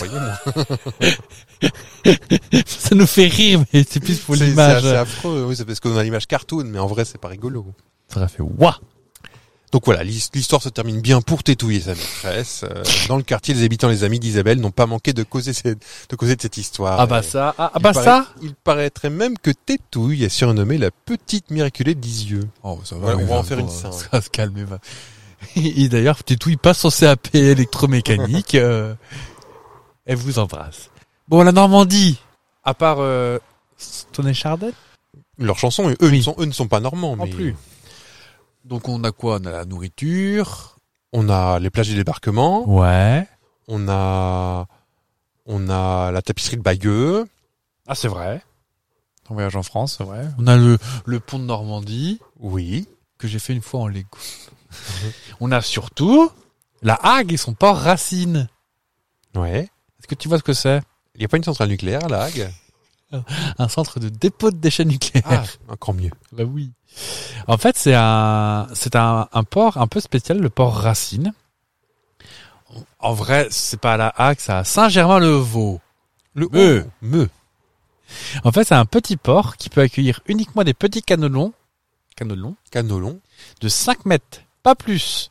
[SPEAKER 2] croyez-moi.
[SPEAKER 5] Ça nous fait rire, mais c'est plus pour
[SPEAKER 2] C'est- C'est assez
[SPEAKER 5] l'image.
[SPEAKER 2] affreux, oui, c'est parce qu'on a l'image cartoon, mais en vrai c'est pas rigolo.
[SPEAKER 5] Ça aurait fait ouah
[SPEAKER 2] Donc voilà, l'his- l'histoire se termine bien pour tétouiller sa maîtresse. Euh, dans le quartier, les habitants, les amis d'Isabelle n'ont pas manqué de causer, cette- de causer de cette histoire.
[SPEAKER 5] Ah bah
[SPEAKER 2] Et
[SPEAKER 5] ça, ah, ah
[SPEAKER 2] il
[SPEAKER 5] bah
[SPEAKER 2] paraît-
[SPEAKER 5] ça
[SPEAKER 2] Il paraîtrait même que Tétouille est surnommée la petite miraculée d'Isieux.
[SPEAKER 5] Oh, ça
[SPEAKER 2] Ouais,
[SPEAKER 5] oui,
[SPEAKER 2] on va en
[SPEAKER 5] bah,
[SPEAKER 2] faire une
[SPEAKER 5] bah,
[SPEAKER 2] scène.
[SPEAKER 5] Ça va se calmer. va. Et d'ailleurs, Tétouille passe son CAP électromécanique. euh, elle vous embrasse. Bon, la Normandie, à part euh, Stone Chardet
[SPEAKER 2] Leurs chansons, eux, ne sont, eux ne sont pas normands.
[SPEAKER 5] En
[SPEAKER 2] mais
[SPEAKER 5] plus. Donc on a quoi On a la nourriture.
[SPEAKER 2] On a les plages du débarquement,
[SPEAKER 5] Ouais.
[SPEAKER 2] on a, on a la tapisserie de Bayeux,
[SPEAKER 1] Ah, c'est vrai.
[SPEAKER 5] On voyage en France, ouais. On a le, le pont de Normandie
[SPEAKER 2] oui,
[SPEAKER 5] que j'ai fait une fois en Lego.
[SPEAKER 1] On a surtout la Hague et son port Racine.
[SPEAKER 2] ouais.
[SPEAKER 1] Est-ce que tu vois ce que c'est
[SPEAKER 2] Il n'y a pas une centrale nucléaire, à la Hague
[SPEAKER 5] Un centre de dépôt de déchets nucléaires.
[SPEAKER 2] Ah, encore mieux.
[SPEAKER 1] Bah oui. En fait, c'est un, c'est un, un port un peu spécial, le port Racine. En vrai, c'est pas à la Hague, c'est à Saint-Germain-le-Vaux.
[SPEAKER 2] Le
[SPEAKER 1] Meux.
[SPEAKER 2] oh, meux.
[SPEAKER 1] En fait, c'est un petit port qui peut accueillir uniquement des petits canots longs, canots longs,
[SPEAKER 2] Canot long.
[SPEAKER 1] de 5 mètres, pas plus.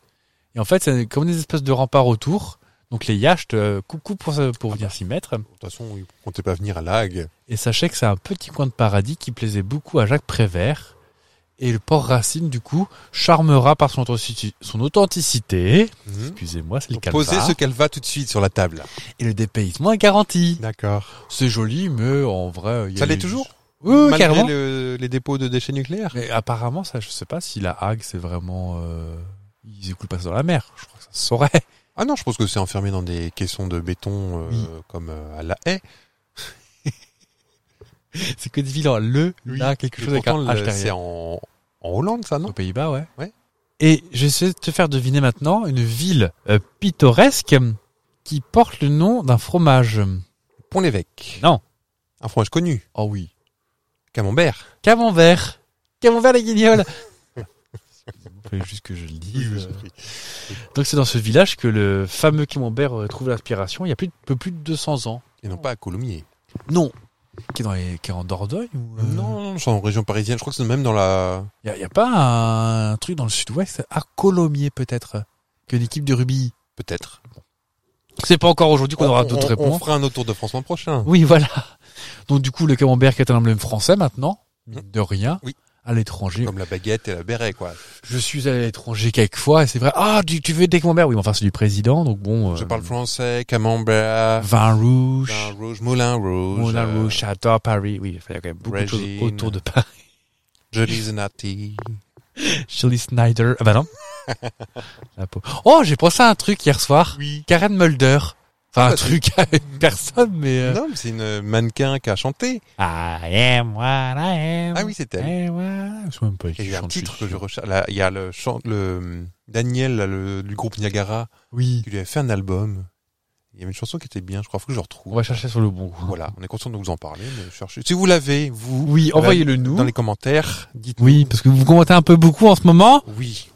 [SPEAKER 1] Et en fait, c'est comme des espèces de remparts autour. Donc les yachts, euh, coucou pour, se- pour venir s'y mettre.
[SPEAKER 2] De toute façon, ils comptaient pas venir à la Hague.
[SPEAKER 1] Et sachez que c'est un petit coin de paradis qui plaisait beaucoup à Jacques Prévert. Et le port Racine, du coup, charmera par son, authentici- son authenticité.
[SPEAKER 2] Mhm.
[SPEAKER 1] Excusez-moi, c'est le
[SPEAKER 2] Posez
[SPEAKER 1] calvaire.
[SPEAKER 2] ce qu'elle va tout de suite sur la table.
[SPEAKER 1] Et le dépaysement est garanti.
[SPEAKER 2] D'accord.
[SPEAKER 5] C'est joli, mais en vrai... il y a
[SPEAKER 2] Ça l'est
[SPEAKER 5] eu-
[SPEAKER 2] toujours
[SPEAKER 1] Oui,
[SPEAKER 2] Euh,
[SPEAKER 1] oui, carrément.
[SPEAKER 2] le- les dépôts de déchets nucléaires
[SPEAKER 1] Mais apparemment, ça, je sais pas si la Hague, c'est vraiment... euh, ils écoulent pas ça dans la mer. Je crois que ça se saurait.
[SPEAKER 2] Ah non, je pense que c'est enfermé dans des caissons de béton euh, comme euh, à la haie.
[SPEAKER 1] c'est que des villes en le, là, quelque
[SPEAKER 2] Et
[SPEAKER 1] chose avec
[SPEAKER 2] pourtant,
[SPEAKER 1] un H
[SPEAKER 2] le- C'est
[SPEAKER 1] derrière.
[SPEAKER 2] en, en Hollande, ça,
[SPEAKER 1] Aux
[SPEAKER 2] non
[SPEAKER 1] Pays-Bas, ouais.
[SPEAKER 2] Ouais.
[SPEAKER 1] Et je vais te faire deviner maintenant une ville euh, pittoresque qui porte le nom d'un fromage.
[SPEAKER 2] Pont l'évêque.
[SPEAKER 1] Non.
[SPEAKER 2] Un fromage connu.
[SPEAKER 1] Ah
[SPEAKER 5] Oh oui.
[SPEAKER 2] Camembert.
[SPEAKER 1] Camembert. Camembert les guignols. Il fallait juste que je le dise. Donc c'est dans ce village que le fameux Camembert euh, trouve l'inspiration il y a plus de, peu plus de 200 ans.
[SPEAKER 2] Et non pas à Colomiers.
[SPEAKER 5] Non. Qui est, dans les, qui est en Dordogne ou, euh,
[SPEAKER 2] Non, non, c'est en région parisienne. Je crois que c'est même dans la...
[SPEAKER 5] Il n'y a, pas un, truc dans le sud-ouest, à Colomiers peut-être, que l'équipe de rugby.
[SPEAKER 2] Peut-être.
[SPEAKER 1] C'est pas encore aujourd'hui qu'on aura
[SPEAKER 2] On-
[SPEAKER 1] d'autres
[SPEAKER 2] on- On
[SPEAKER 1] réponses.
[SPEAKER 2] fera un autre tour de France l'an prochain.
[SPEAKER 1] Oui, voilà. Donc du coup, le camembert qui est un emblème français maintenant, mine de rien,
[SPEAKER 2] Oui.
[SPEAKER 1] à l'étranger.
[SPEAKER 2] Comme la baguette et la béret, quoi.
[SPEAKER 1] Je suis allé à l'étranger quelquefois et c'est vrai. Ah, tu, tu veux des camemberts Oui, mais enfin c'est du président, donc bon.
[SPEAKER 2] Je
[SPEAKER 1] euh,
[SPEAKER 2] parle français, camembert,
[SPEAKER 1] Vin rouge.
[SPEAKER 2] vin rouge, moulin rouge,
[SPEAKER 1] Moulin
[SPEAKER 2] euh,
[SPEAKER 1] Rouge, j'adore Paris. Oui, il y a quand même beaucoup de
[SPEAKER 2] Régine.
[SPEAKER 1] choses autour de Paris.
[SPEAKER 2] Johnny Zenati.
[SPEAKER 1] Shirley Snyder. Ah bah non. La peau. Oh, j'ai pensé à un truc hier soir.
[SPEAKER 2] Oui.
[SPEAKER 1] Karen Mulder. Enfin, un
[SPEAKER 2] Ah,
[SPEAKER 1] truc à une personne, mais... euh,
[SPEAKER 2] Non, mais c'est une mannequin qui a chanté.
[SPEAKER 1] I am what I am.
[SPEAKER 2] Ah oui, c'est elle.
[SPEAKER 1] I am what I- Euh. Je sais Ah, même pas qui
[SPEAKER 2] Il y a un
[SPEAKER 1] chante, je
[SPEAKER 2] titre que
[SPEAKER 1] suis
[SPEAKER 2] je
[SPEAKER 1] sûr.
[SPEAKER 2] recherche. Là, Il y a le chant, le Daniel là, le, du groupe Niagara.
[SPEAKER 1] Oui.
[SPEAKER 2] qui lui avait fait un album. Il y avait une chanson qui était bien. Je crois faut que je retrouve.
[SPEAKER 1] On va chercher sur le bon coup.
[SPEAKER 2] Voilà, on est content de vous en parler. Mais cherchez. Si vous l'avez, vous
[SPEAKER 1] Oui, envoyez-le nous.
[SPEAKER 2] dans les commentaires, dites.
[SPEAKER 1] Oui, parce que vous commentez un peu beaucoup en ce moment.
[SPEAKER 2] Oui. Mm.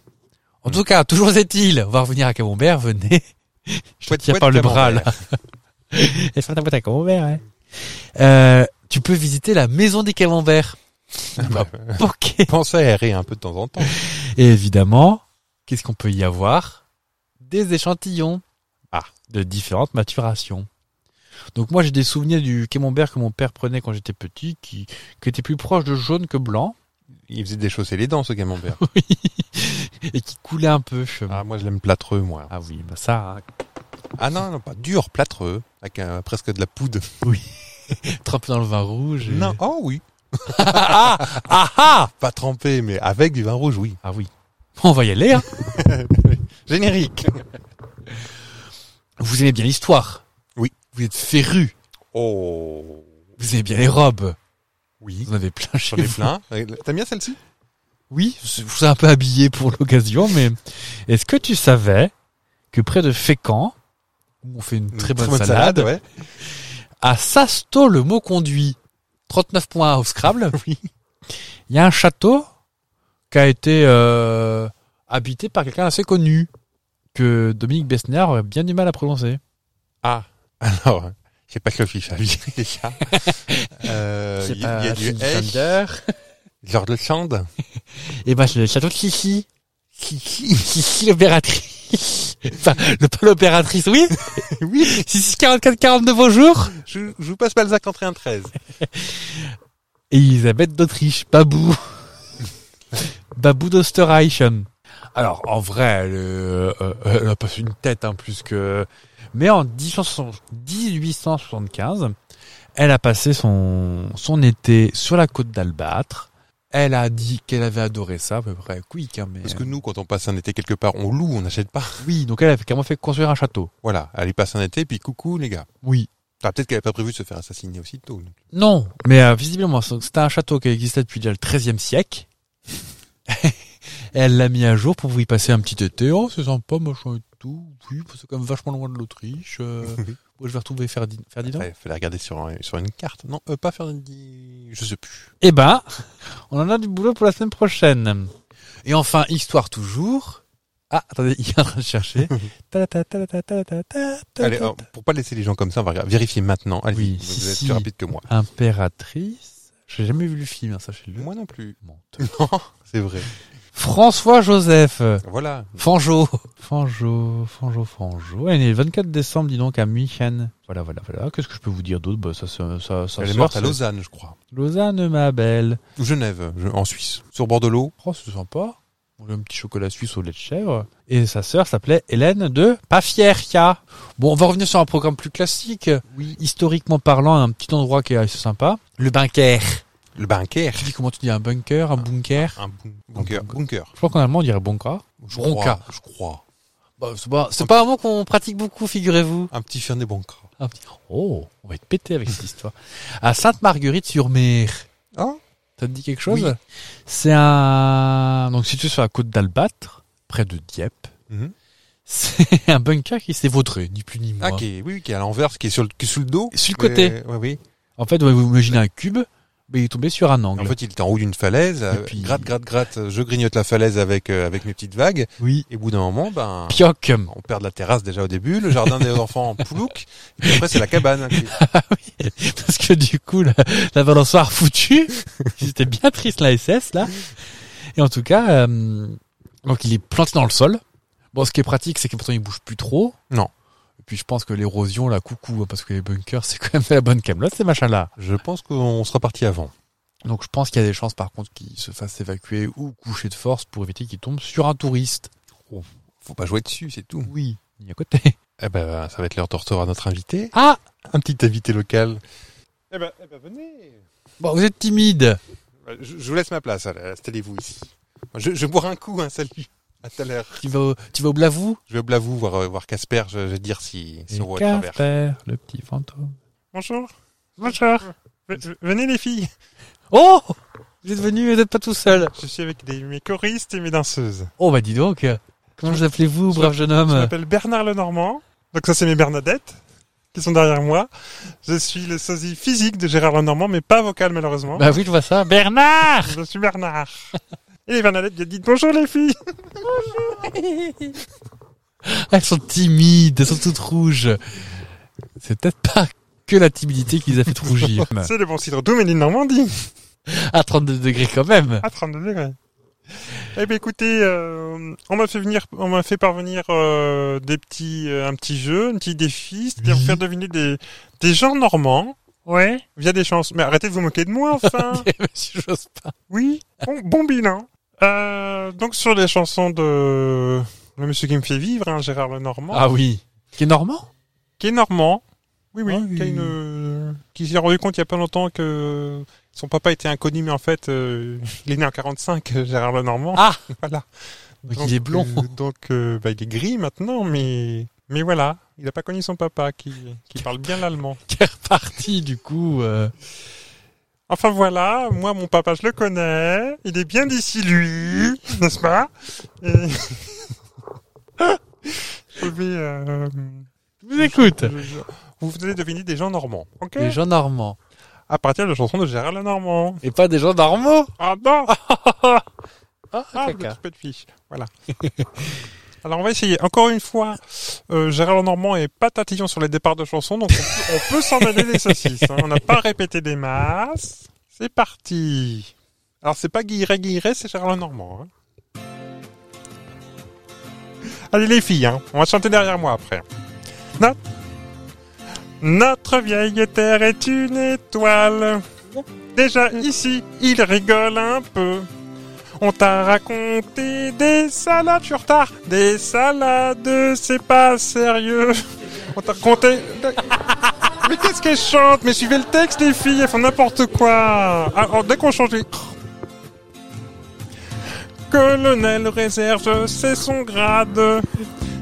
[SPEAKER 1] En tout cas, toujours est-il, on va revenir à Camembert, venez. Je te
[SPEAKER 2] Chouette,
[SPEAKER 1] tiens
[SPEAKER 2] chouette
[SPEAKER 1] par le bras, là.
[SPEAKER 2] camembert.
[SPEAKER 1] Et faire ta boîte à camembert, ouais. Euh, tu peux visiter la maison des camemberts.
[SPEAKER 2] Ah
[SPEAKER 1] Bah, ok.
[SPEAKER 2] Pensez à errer un peu de temps en temps.
[SPEAKER 1] Et évidemment, qu'est-ce qu'on peut y avoir Des échantillons
[SPEAKER 2] Ah.
[SPEAKER 1] de différentes maturations. Donc moi j'ai des souvenirs du camembert que mon père prenait quand j'étais petit, qui, qui était plus proche de jaune que blanc,
[SPEAKER 2] Il faisait déchausser les dents, ce camembert.
[SPEAKER 1] et qui coulait un peu.
[SPEAKER 2] Ah, moi, je l'aime plâtreux, moi.
[SPEAKER 1] Ah oui, bah ça, hein,
[SPEAKER 2] Ah non, non, pas dur, plâtreux, avec euh, presque de la poudre.
[SPEAKER 1] trempé dans le vin rouge. et-
[SPEAKER 2] Non, oh oui.
[SPEAKER 1] ah, ah, ah
[SPEAKER 2] Pas trempé, mais avec du vin rouge, oui.
[SPEAKER 1] Ah oui. On va y aller. hein.
[SPEAKER 2] Générique.
[SPEAKER 1] Vous aimez bien l'histoire.
[SPEAKER 2] Oui.
[SPEAKER 1] Vous êtes féru.
[SPEAKER 2] Oh.
[SPEAKER 1] Vous aimez bien les robes.
[SPEAKER 2] Oui.
[SPEAKER 1] Vous en avez plein chez
[SPEAKER 2] J'en ai
[SPEAKER 1] vous.
[SPEAKER 2] plein. T'aimes bien celle-ci
[SPEAKER 1] Oui, je vous ai un peu habillé pour l'occasion, mais
[SPEAKER 6] Est-ce que tu savais que près de Fécamp,
[SPEAKER 1] on fait une très
[SPEAKER 2] Très
[SPEAKER 1] bonne, salade.
[SPEAKER 2] ouais.
[SPEAKER 1] À Sasto, le mot conduit. 39 points au Scrabble.
[SPEAKER 2] Oui.
[SPEAKER 1] Il y a un château qui a été euh, habité par quelqu'un assez connu que Dominique Bessner aurait bien du mal à prononcer.
[SPEAKER 2] Ah. Alors, j'ai pas que le fiche à virer, les gars. Euh,
[SPEAKER 1] C'est
[SPEAKER 2] Il y,
[SPEAKER 1] pas
[SPEAKER 2] a du
[SPEAKER 1] Sylvie
[SPEAKER 2] H, genre de Sand.
[SPEAKER 1] Et ben c'est le château de Sissi.
[SPEAKER 2] Kiki.
[SPEAKER 1] Sissi l'opératrice. Enfin, le, pas l'opératrice, oui.
[SPEAKER 2] Oui.
[SPEAKER 1] Sissi 44 42 beaux jours.
[SPEAKER 2] Je, je vous passe Balzac entrée 13.
[SPEAKER 1] Et Elisabeth d'Autriche, Babou. Babou d'Österreich. Alors, en vrai, elle, euh, euh, elle a pas fait une tête, hein, plus que... Mais en 1875, elle a passé son, son été sur la côte d'Albâtre. Elle a dit qu'elle avait adoré ça, à peu près quick, hein, mais...
[SPEAKER 2] Parce que nous, quand on passe un été quelque part, on loue, on n'achète pas.
[SPEAKER 1] Oui, donc elle a carrément fait construire un château.
[SPEAKER 2] Voilà, allez passe un été, puis coucou les gars.
[SPEAKER 1] Oui.
[SPEAKER 2] Enfin, peut-être qu'elle avait pas prévu de se faire assassiner aussitôt. donc.
[SPEAKER 1] Non, mais euh, visiblement, c'est- c'était un château qui existait depuis déjà le XIIIe siècle. Et elle l'a mis à jour pour vous y passer un petit été. Oh, c'est sympa, machin et tout. Oui, parce que c'est quand même vachement loin de l'Autriche. Euh, ouais, je vais retrouver Ferdi- Ferdinand.
[SPEAKER 2] Ouais, fallait regarder sur, un- sur une carte. Non, euh, pas faire une... Je sais plus.
[SPEAKER 1] Eh ben, on en a du boulot pour la semaine prochaine. Et enfin, histoire toujours. Ah, attendez, il est en train de chercher. Ta ta ta ta ta ta ta ta
[SPEAKER 2] Allez,
[SPEAKER 1] ta.
[SPEAKER 2] alors, pour pas laisser les gens comme ça, on va regarder- vérifier maintenant. Allez,
[SPEAKER 1] Oui,
[SPEAKER 2] vous
[SPEAKER 1] si,
[SPEAKER 2] êtes
[SPEAKER 1] si.
[SPEAKER 2] plus rapide que moi.
[SPEAKER 1] Impératrice. J'ai jamais vu le film, hein, sachez-le.
[SPEAKER 2] Moi non plus.
[SPEAKER 1] Mon Dieu.
[SPEAKER 2] Non, c'est vrai.
[SPEAKER 1] François Joseph.
[SPEAKER 2] Voilà.
[SPEAKER 1] Fanjo. Fanjo, Fanjo, Fanjo. Elle est née le 24 décembre, dis donc, à München. Voilà, voilà, voilà. Qu'est-ce que je peux vous dire d'autre bah, ça, ça, ça, ça
[SPEAKER 2] Elle est
[SPEAKER 1] sort,
[SPEAKER 2] morte à
[SPEAKER 1] ça-
[SPEAKER 2] Lausanne, je crois.
[SPEAKER 1] Lausanne, ma belle.
[SPEAKER 2] Ou Genève, je- en Suisse. Sur bord de l'eau.
[SPEAKER 1] Oh, c'est sympa. On a un petit chocolat suisse au lait de chèvre. Et sa sœur s'appelait Hélène de Pafierka. Bon, on va revenir sur un programme plus classique. Oui. Historiquement parlant, un petit endroit qui est assez sympa. Le bunker.
[SPEAKER 2] Le bunker.
[SPEAKER 1] Tu dis comment tu dis un bunker, un bunker
[SPEAKER 2] Un bun- bunker. Bunker.
[SPEAKER 1] Je crois qu'en allemand, on dirait bunker.
[SPEAKER 2] Je
[SPEAKER 1] Bronca.
[SPEAKER 2] crois. Je crois.
[SPEAKER 1] Bah, c'est pas, c'est pas un mot qu'on pratique beaucoup, figurez-vous.
[SPEAKER 2] Un petit chien des Bronca.
[SPEAKER 1] Un petit- Oh, on va être pété avec cette histoire. À Sainte-Marguerite-sur-Mer.
[SPEAKER 2] Ah.
[SPEAKER 1] Ça te dit quelque chose C'est un. Donc situé sur la côte d'Albâtre, près de Dieppe.
[SPEAKER 2] Mhm.
[SPEAKER 1] C'est un bunker qui s'est vautré, ni plus ni moins.
[SPEAKER 2] Ah, qui est, oui, qui est à l'envers, qui est sur le, qui est sous le dos.
[SPEAKER 1] Sur le
[SPEAKER 2] Mais-
[SPEAKER 1] côté.
[SPEAKER 2] ouais, oui.
[SPEAKER 1] En fait, ouais, vous imaginez un cube, mais il est tombé sur un angle.
[SPEAKER 2] En fait, il était en haut d'une falaise. euh,
[SPEAKER 1] puis-
[SPEAKER 2] Gratte, gratte, gratte. Je grignote la falaise avec, euh, avec mes petites vagues.
[SPEAKER 1] oui.
[SPEAKER 2] Et au bout d'un moment, ben,
[SPEAKER 1] Pioc.
[SPEAKER 2] on perd de la terrasse déjà au début, le jardin des enfants en poulouk. Et puis après, c'est la cabane. qui-
[SPEAKER 1] Parce que du coup, la, la balançoire foutue, j'étais bien triste la SS là. Et en tout cas, euh, donc il est planté dans le sol. Bon, ce qui est pratique, c'est que pourtant il bouge plus trop.
[SPEAKER 2] Non.
[SPEAKER 1] Et puis je pense que l'érosion, la coucou, hein, parce que les bunkers, c'est quand même la bonne camelote ces machins là.
[SPEAKER 2] Je pense qu'on sera parti avant.
[SPEAKER 1] Donc je pense qu'il y a des chances par contre qu'il se fasse évacuer ou coucher de force pour éviter qu'il tombe sur un touriste.
[SPEAKER 2] Faut pas jouer dessus, c'est tout.
[SPEAKER 1] Oui. Il est à côté.
[SPEAKER 2] Eh ben, ça va être l'heure de recevoir notre invité.
[SPEAKER 1] Ah
[SPEAKER 2] Un petit invité local. Eh ben, venez.
[SPEAKER 1] Bon, vous êtes timide.
[SPEAKER 2] Euh, Je, je vous laisse ma place. allez, Installez-vous ici. Je, je boire un coup, un salut. À tout à l'heure.
[SPEAKER 1] Tu vas au, tu vas au blavou
[SPEAKER 2] Je vais au blavou voir euh, voir Casper. Je, je vais dire si, si on voit à travers.
[SPEAKER 1] Casper, le petit fantôme.
[SPEAKER 2] Bonjour. Bonjour. Venez les filles.
[SPEAKER 1] Oh Vous êtes venus, vous n'êtes pas tout seul.
[SPEAKER 2] Je suis avec mes choristes et mes danseuses.
[SPEAKER 1] Oh bah dis donc, comment vous appelez-vous, brave jeune
[SPEAKER 7] Je
[SPEAKER 1] homme
[SPEAKER 7] m'appelle Bernard Lenormand. Donc ça, c'est mes Bernadettes qui sont derrière moi. Je suis le sosie physique de Gérard Lenormand, mais pas vocal malheureusement.
[SPEAKER 1] Bah oui, je vois ça. Bernard
[SPEAKER 7] Je suis Bernard. Et les Bernadettes, bien dites bonjour les filles.
[SPEAKER 1] Elles sont timides, elles sont toutes rouges. C'est peut-être pas que la timidité qui les a fait rougir.
[SPEAKER 7] C'est le bon cidre d'où Méline Normandie
[SPEAKER 1] à 32 degrés quand même.
[SPEAKER 7] à 32 degrés. Eh bien écoutez, euh, on m'a fait venir, on m'a fait parvenir euh, des petits, euh, un petit jeu, un petit défi, c'est-à-dire
[SPEAKER 1] Oui.
[SPEAKER 7] vous faire deviner des, des gens normands. Ouais. Via des chances. Mais arrêtez de vous moquer de moi enfin.
[SPEAKER 1] Eh Monsieur Jospin.
[SPEAKER 7] Oui, bon, bon bilan. Euh, donc sur les chansons de le monsieur qui me fait vivre, hein, Gérard Lenormand,
[SPEAKER 1] Ah oui. Qui est normand
[SPEAKER 7] qui est normand. Oui, oui,
[SPEAKER 1] Ah oui.
[SPEAKER 7] qui a une, qui s'est rendu compte il y a pas longtemps que son papa était inconnu, mais en fait, euh, il est né en 45, euh, Gérard Lenormand.
[SPEAKER 1] Ah
[SPEAKER 7] Voilà.
[SPEAKER 1] Donc, il Bah, est blond.
[SPEAKER 7] euh, donc, euh, bah, il est gris maintenant, mais, mais voilà. Il n'a pas connu son papa qui, qui parle bien l'allemand.
[SPEAKER 1] qui est reparti du coup. euh,
[SPEAKER 7] Enfin voilà, moi, mon papa, je le connais. Il est bien d'ici, lui. N'est-ce pas Et... Je vais, euh,
[SPEAKER 1] Je vous écoute.
[SPEAKER 7] je- je- Vous venez de deviner des gens normands, ok
[SPEAKER 1] Les gens normands.
[SPEAKER 7] À partir de la chanson de Gérard Lenormand.
[SPEAKER 1] Et pas des gens normaux.
[SPEAKER 7] Ah non
[SPEAKER 1] Ah,
[SPEAKER 7] Ah,
[SPEAKER 1] caca.
[SPEAKER 7] le petit peu de fiche. Voilà. Alors on va essayer. Encore une fois, euh, Gérard Normand est pas tatillon sur les départs de chansons, donc on peut, on peut s'en aller des saucisses. hein. On n'a pas répété des masses. C'est parti. Alors c'est pas Guilleret Guilleret, c'est Gérard Normand. Allez les filles, hein. on va chanter derrière moi après. No- Notre vieille terre est une étoile. Déjà ici, il rigole un peu. On t'a raconté des salades, je suis en retard. Des salades, c'est pas sérieux. On t'a raconté. Mais qu'est-ce qu'elle chante Mais suivez le texte, les filles, elles font n'importe quoi. Ah, oh, dès qu'on change. les- Colonel réserve, c'est son grade.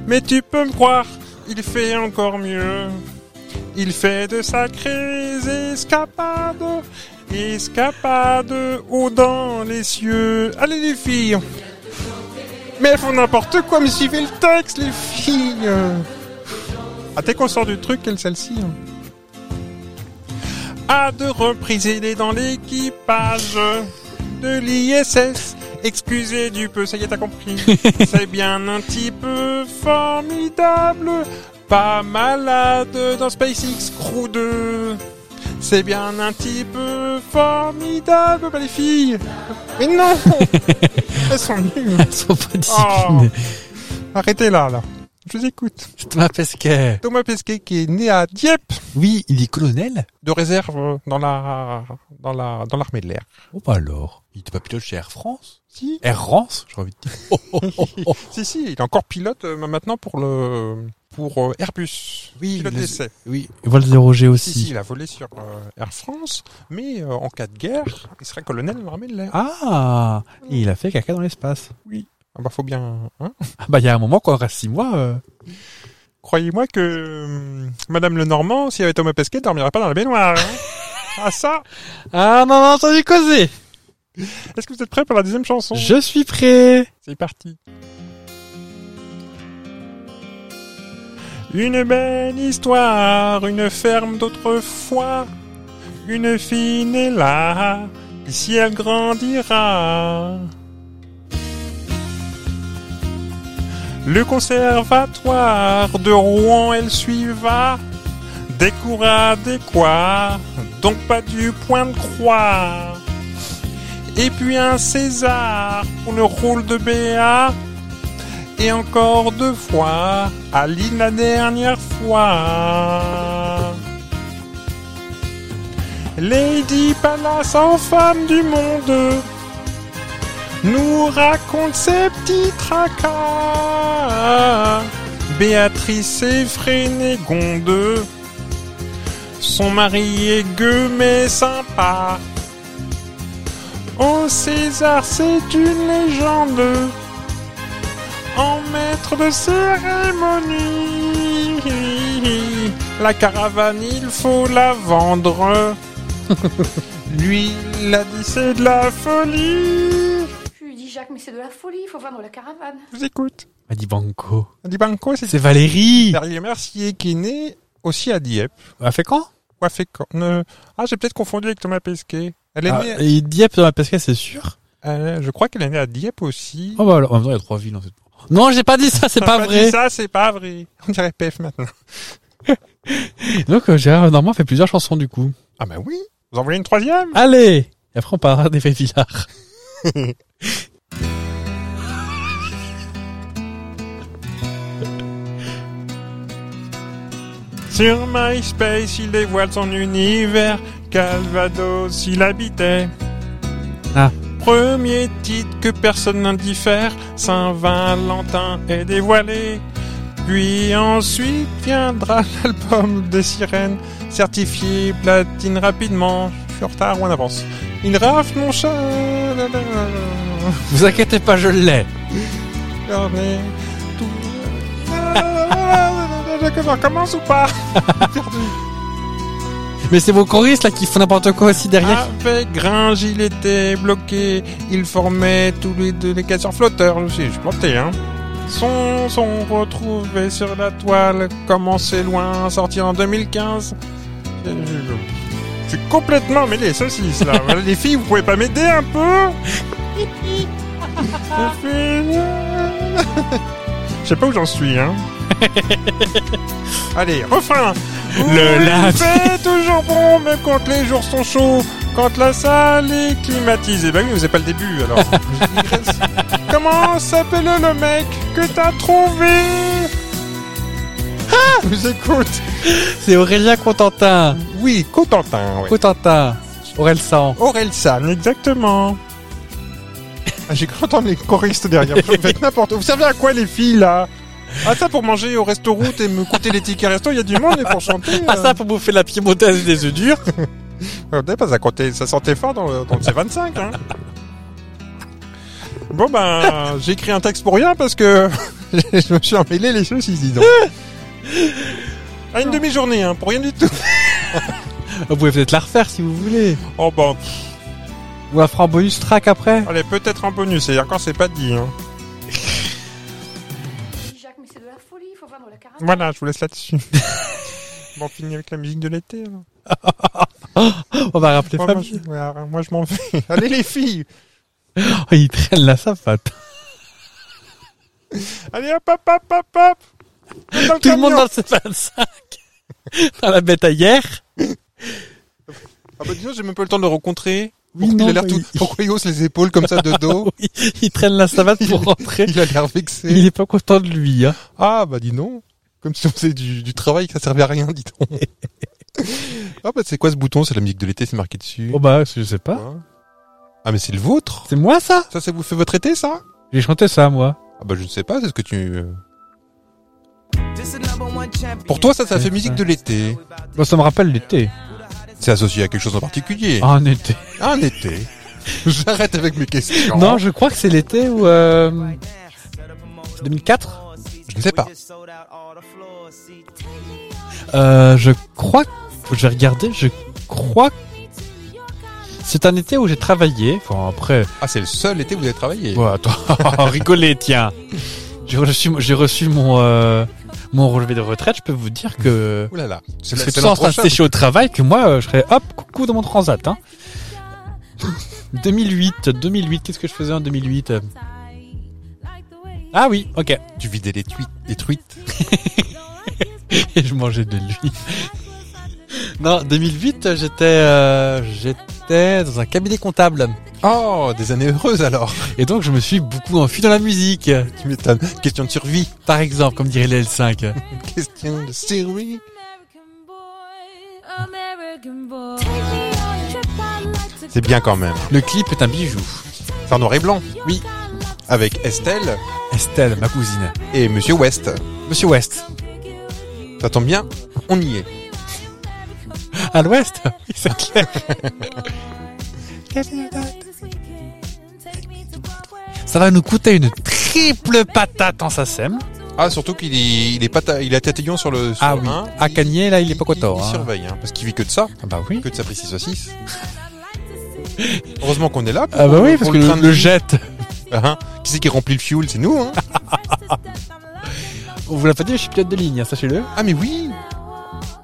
[SPEAKER 7] Mais tu peux me croire, il fait encore mieux. Il fait de sacrées escapades, escapades haut dans les cieux. Allez les filles Mais elles font n'importe quoi, mais suivez le texte les filles Ah dès qu'on sort du truc, quelle celle-ci hein. À deux reprises, il est dans l'équipage de l'ISS. Excusez du peu, ça y est, t'as compris. C'est bien un type formidable. Pas malade dans SpaceX Crew 2. C'est bien un type formidable, pas les filles. Mais non Elles sont nulles.
[SPEAKER 1] Elles sont pas disciplinées.
[SPEAKER 7] Arrêtez là, là. Je vous écoute.
[SPEAKER 1] C'est Thomas Pesquet.
[SPEAKER 7] Thomas Pesquet qui est né à Dieppe,
[SPEAKER 1] Oui, il est colonel.
[SPEAKER 7] de réserve euh, dans la dans la dans l'armée de l'air.
[SPEAKER 1] Oh bah alors. Il était pas pilote chez Air France.
[SPEAKER 7] Si,
[SPEAKER 1] Air France, j'ai envie de dire. Oh, oh, oh, oh.
[SPEAKER 7] si, si, il est encore pilote euh, maintenant pour le pour euh, Airbus.
[SPEAKER 1] Oui,
[SPEAKER 7] pilote
[SPEAKER 1] il est-
[SPEAKER 7] d'essai.
[SPEAKER 1] oui. Vol 0 G
[SPEAKER 7] Si,
[SPEAKER 1] aussi.
[SPEAKER 7] si, il a volé sur euh, Air France, mais euh, en cas de guerre, il serait colonel de l'armée de l'air.
[SPEAKER 1] Ah, et il a fait caca dans l'espace.
[SPEAKER 7] Ah bah faut bien. Hein
[SPEAKER 1] Ah bah il y a un moment qu'on reste 6 mois. euh,
[SPEAKER 7] Croyez-moi que euh, Madame Lenormand, s'il y avait Thomas Pesquet, dormirait pas dans la baignoire. hein. ah ça
[SPEAKER 1] Ah non, non, ça du causé.
[SPEAKER 7] Est-ce que vous êtes prêts pour la deuxième chanson
[SPEAKER 1] Je suis prêt.
[SPEAKER 7] C'est parti. Une belle histoire, une ferme d'autrefois. Une fille née là, ici elle grandira. Le conservatoire de Rouen elle suiva. Des cours adéquats, donc pas du point de croix. Et puis un César pour le rôle de Béa. Et encore deux fois, Aline la dernière fois. Lady Palace en femme du monde nous raconte ses petits tracas. Béatrice effrénée gonde, son mari est gueux mais sympa. Oh César, c'est une légende. En maître de cérémonie, la caravane, il faut la vendre. Lui, il a dit c'est de la folie.
[SPEAKER 8] Je lui dis Jacques, mais c'est de la folie, il faut vendre la caravane.
[SPEAKER 7] Je vous écoute.
[SPEAKER 1] M'a dit Banco.
[SPEAKER 7] Adi Banco, c'est
[SPEAKER 1] C'est Valérie.
[SPEAKER 7] Valérie Mercier qui est né aussi à Dieppe.
[SPEAKER 1] Elle a fait quand
[SPEAKER 7] Ou à Fécamp. Ne- Ah, j'ai peut-être confondu avec Thomas Pesquet. Elle est
[SPEAKER 1] ah,
[SPEAKER 7] née,
[SPEAKER 1] et Dieppe Thomas Pesquet, c'est sûr.
[SPEAKER 7] euh, je crois qu'elle est née à Dieppe aussi.
[SPEAKER 1] Oh bah alors, en même temps, il y a trois villes dans cette. Non, j'ai pas dit ça, c'est
[SPEAKER 7] T'as
[SPEAKER 1] pas vrai.
[SPEAKER 7] dit Ça, c'est pas vrai. On dirait PF maintenant.
[SPEAKER 1] Donc euh, Gérard Normand fait plusieurs chansons du coup.
[SPEAKER 7] Ah bah oui Vous en voulez une troisième
[SPEAKER 1] Allez Et après on parlera des faits Villard.
[SPEAKER 7] Sur MySpace, il dévoile son univers. Calvados, il habitait.
[SPEAKER 1] Ah.
[SPEAKER 7] Premier titre que personne n'indiffère. Saint-Valentin est dévoilé. Puis ensuite viendra l'album des sirènes, certifié platine rapidement. Je suis en retard ou en avance. Il rafle mon chat. la, la, la.
[SPEAKER 1] Vous inquiétez pas, je l'ai.
[SPEAKER 7] Regardez tout. Je commence ou pas
[SPEAKER 1] Mais c'est vos choristes là qui font n'importe quoi aussi derrière.
[SPEAKER 7] Avec Ah, Gringe, il était bloqué. Ils formaient tous les deux les casseurs flotteurs. Je sais, je suis planté, hein. Son, sont retrouvés sur la toile. Commencé loin, sorti en 2015. Je- je- je- Je suis complètement mêlé, saucisses, là. Voilà, les filles, vous pouvez pas m'aider un peu Les filles, euh, Je sais pas où j'en suis, hein. Allez, refrain
[SPEAKER 1] Le
[SPEAKER 7] Il
[SPEAKER 1] lundi.
[SPEAKER 7] fait toujours bon, même quand les jours sont chauds, quand la salle est climatisée. Bah oui, vous avez pas le début, alors. Je digresse. Comment s'appelle le mec que t'as trouvé Ah Je Vous écoute
[SPEAKER 1] C'est Aurélien Contentin.
[SPEAKER 7] Oui, Cotentin, oui.
[SPEAKER 1] Contentin. Aurel San.
[SPEAKER 7] Aurel San, exactement. Ah, J'ai cru entendre les choristes derrière. Vous faites n'importe où. Vous servez à quoi, les filles, là Ah, ça, pour manger au restaurant et me coûter les tickets resto, il y a du monde, et pour chanter...
[SPEAKER 1] Ah
[SPEAKER 7] euh,
[SPEAKER 1] ça pour bouffer la piémontaise des œufs durs.
[SPEAKER 7] Euh, peut-être pas, ça, comptait- ça sentait fort dans le, dans le C25. Hein. Bon ben, j'ai écrit un texte pour rien parce que je me suis emmêlé les choses, dis donc. À une demi-journée, hein, pour rien du tout.
[SPEAKER 1] Vous pouvez peut-être la refaire si vous voulez.
[SPEAKER 7] Oh ben,
[SPEAKER 1] Ou la faire en bonus track après.
[SPEAKER 7] allez, peut-être un bonus, et encore c'est pas dit. Hein.
[SPEAKER 8] Dis Jacques, mais c'est de la folie, il faut vendre la caravane.
[SPEAKER 7] Voilà, je vous laisse là-dessus. bon, on finit avec la musique de l'été. alors.
[SPEAKER 1] On va rappeler
[SPEAKER 7] Moi, moi,
[SPEAKER 1] Fabien.
[SPEAKER 7] je, ouais, moi, je m'en vais. Allez les filles
[SPEAKER 1] Oh, il traîne la sapate.
[SPEAKER 7] Allez hop hop hop hop hop Dans
[SPEAKER 1] Tout le monde
[SPEAKER 7] camion.
[SPEAKER 1] dans le C25. dans la bête à hier.
[SPEAKER 2] Ah bah dis donc, j'ai même pas eu le temps de le rencontrer.
[SPEAKER 1] Oui,
[SPEAKER 2] Pourquoi
[SPEAKER 1] non,
[SPEAKER 2] il a l'air tout...
[SPEAKER 1] il-
[SPEAKER 2] Pourquoi il hausse les épaules comme ça de dos
[SPEAKER 1] Oui, il traîne la savate pour rentrer.
[SPEAKER 2] Il a l'air vexé.
[SPEAKER 1] Il est pas content de lui. Hein.
[SPEAKER 2] Ah bah dis non. Comme si on faisait du, du travail que ça servait à rien, dis donc. ah bah c'est quoi ce bouton C'est la musique de l'été, c'est marqué dessus.
[SPEAKER 1] Oh bah je sais pas.
[SPEAKER 2] Hein ah mais c'est le vôtre
[SPEAKER 1] C'est moi ça
[SPEAKER 2] Ça, ça vous fait votre été, ça
[SPEAKER 1] J'ai chanté ça moi.
[SPEAKER 2] Ah bah je ne sais pas, c'est ce que tu... Pour toi, ça, ça fait musique de l'été.
[SPEAKER 1] Bon, ça me rappelle l'été.
[SPEAKER 2] C'est associé à quelque chose en particulier.
[SPEAKER 1] Ah, En été.
[SPEAKER 2] Un été. J'arrête avec mes questions.
[SPEAKER 1] Non, je crois que c'est l'été ou euh, c'est 2004.
[SPEAKER 2] je ne sais pas.
[SPEAKER 1] Euh, je crois, que- je vais regarder. Je crois. que C'est un été où j'ai travaillé. Enfin après.
[SPEAKER 2] Ah, c'est le seul été où vous avez travaillé.
[SPEAKER 1] Ouais, attends, rigolez, tiens. J'ai reçu, j'ai reçu mon euh, mon relevé de retraite. Je peux vous dire que
[SPEAKER 2] Ouh là là. C'est
[SPEAKER 1] je
[SPEAKER 2] la-
[SPEAKER 1] serais
[SPEAKER 2] c'est
[SPEAKER 1] tout en
[SPEAKER 2] l'an
[SPEAKER 1] train de
[SPEAKER 2] prochain.
[SPEAKER 1] sécher au travail que moi euh, je serais hop coucou dans mon transat. Hein. 2008, 2008. Qu'est-ce que je faisais en 2008 Euh. Ah oui, ok.
[SPEAKER 2] Tu vidais les tweets. Les tweets.
[SPEAKER 1] Et je mangeais de lui. Non, 2008, j'étais euh, j'étais dans un cabinet comptable.
[SPEAKER 2] Oh, des années heureuses alors.
[SPEAKER 1] Et donc, je me suis beaucoup enfui dans la musique.
[SPEAKER 2] Tu m'étonnes. Question de survie.
[SPEAKER 1] Par exemple, comme dirait les L5.
[SPEAKER 2] Question de survie. C'est bien quand même.
[SPEAKER 1] Le clip est un bijou.
[SPEAKER 2] C'est en noir et blanc. Oui. Avec Estelle
[SPEAKER 1] Estelle, ma cousine.
[SPEAKER 2] et Monsieur West.
[SPEAKER 1] Monsieur West.
[SPEAKER 2] Ça tombe bien, on y est.
[SPEAKER 1] À l'ouest Oui, c'est clair. Ça va nous coûter une triple patate en SACEM.
[SPEAKER 2] Ah, surtout qu'il est, il est pas, ta- il a tatillon sur le. sur
[SPEAKER 1] Ah
[SPEAKER 2] le
[SPEAKER 1] oui.
[SPEAKER 2] un.
[SPEAKER 1] À
[SPEAKER 2] Il-
[SPEAKER 1] Cagné, là, il est
[SPEAKER 2] il-
[SPEAKER 1] pas content.
[SPEAKER 2] Il,
[SPEAKER 1] hein.
[SPEAKER 2] surveille, hein, parce qu'il vit que de ça,
[SPEAKER 1] Ah bah oui.
[SPEAKER 2] que de sa précise saucisse. Heureusement qu'on est là. pour-
[SPEAKER 1] Ah bah oui,
[SPEAKER 2] pour
[SPEAKER 1] parce que le,
[SPEAKER 2] train de
[SPEAKER 1] le
[SPEAKER 2] vie.
[SPEAKER 1] jet.
[SPEAKER 2] Hein qui c'est qui remplit le fuel C'est nous, hein
[SPEAKER 1] On vous l'a pas dit, je suis pilote de ligne, hein, sachez-le.
[SPEAKER 2] Ah mais oui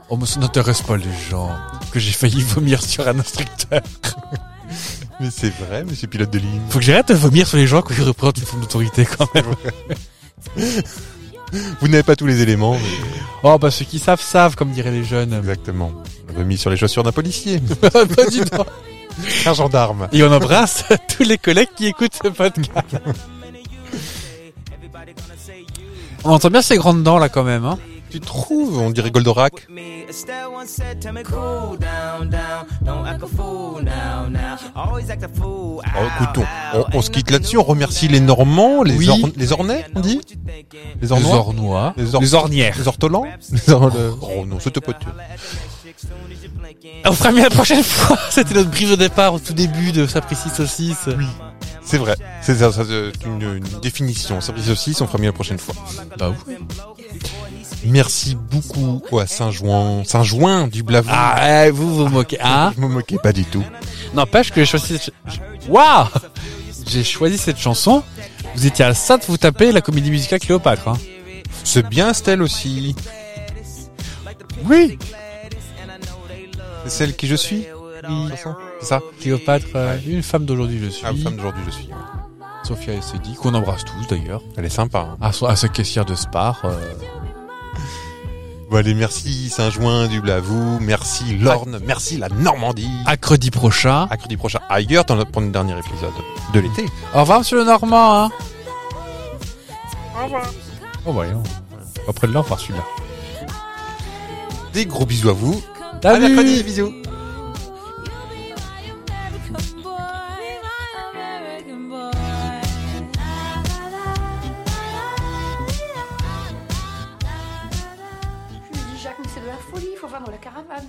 [SPEAKER 1] Oh, mais ça n'intéresse pas les gens que j'ai failli vomir sur un instructeur.
[SPEAKER 2] Mais c'est vrai, monsieur pilote de ligne.
[SPEAKER 1] Faut que j'arrête de vomir sur les gens qui représentent une forme d'autorité quand même.
[SPEAKER 2] Vous n'avez pas tous les éléments. mais-
[SPEAKER 1] Oh, bah ceux qui savent, savent, comme diraient les jeunes.
[SPEAKER 2] Exactement. Remis sur les chaussures d'un policier.
[SPEAKER 1] Bah, dis donc.
[SPEAKER 2] Un gendarme.
[SPEAKER 1] Et on embrasse tous les collègues qui écoutent ce podcast. On entend bien ces grandes dents là quand même. Hein.
[SPEAKER 2] Tu trouves On dirait Goldorak.
[SPEAKER 9] me. Estelle once said,
[SPEAKER 2] Oh,
[SPEAKER 9] tell me cool down, down. Don't act a fool now, now. Always act a fool.
[SPEAKER 2] Oh, écoutons, on,
[SPEAKER 9] Ow,
[SPEAKER 2] on
[SPEAKER 9] ow.
[SPEAKER 2] se quitte là-dessus, on remercie les Normands, les,
[SPEAKER 5] Oui.
[SPEAKER 2] Or- les Ornais, on dit Les Ornois
[SPEAKER 5] Ornois.
[SPEAKER 2] Les, Or-
[SPEAKER 1] Les ornières.
[SPEAKER 2] les Ortolans les Or- le- Oh non, c'était pas sûr.
[SPEAKER 1] On fera mieux la prochaine fois. C'était notre brise de départ au tout début de Sapristi Saucisse.
[SPEAKER 2] C'est vrai, c'est ça, ça, c'est une, une définition. Ça prise aussi, on fera mieux la prochaine fois.
[SPEAKER 5] Bah
[SPEAKER 2] Merci beaucoup à Saint-Jouan, Saint-Jouin du Blavou.
[SPEAKER 1] Ah, eh, vous vous moquez, hein
[SPEAKER 2] je me moquais pas du tout.
[SPEAKER 1] N'empêche que j'ai choisi cette... ch- Waouh J'ai choisi cette chanson. Vous étiez à ça de vous taper la comédie musicale Cléopâtre. hein.
[SPEAKER 2] C'est bien Estelle aussi.
[SPEAKER 1] Oui
[SPEAKER 2] C'est celle qui je suis C'est ça
[SPEAKER 1] Cléopâtre, euh, une femme d'aujourd'hui je suis.
[SPEAKER 2] Ah, femme d'aujourd'hui, je suis. ouais.
[SPEAKER 1] Sophia Essedi, qu'on embrasse tous d'ailleurs.
[SPEAKER 2] Elle est sympa. hein.
[SPEAKER 1] À, so- à sa caissière de Spar. euh,
[SPEAKER 2] Bon, allez, merci Saint-Jouin du Blavou, merci l'Orne, merci la Normandie.
[SPEAKER 1] mercredi prochain.
[SPEAKER 2] À mercredi prochain ailleurs dans notre, pour notre dernier épisode de l'été.
[SPEAKER 1] Au revoir monsieur le Normand. Hein.
[SPEAKER 7] Au revoir.
[SPEAKER 1] Oh voyons. Après de l'enfer celui-là.
[SPEAKER 2] Des gros bisous à vous. À
[SPEAKER 1] Salut
[SPEAKER 2] mercredi, bisous.
[SPEAKER 8] Je lui dis Jacques, mais c'est de la folie, il faut vendre la caravane.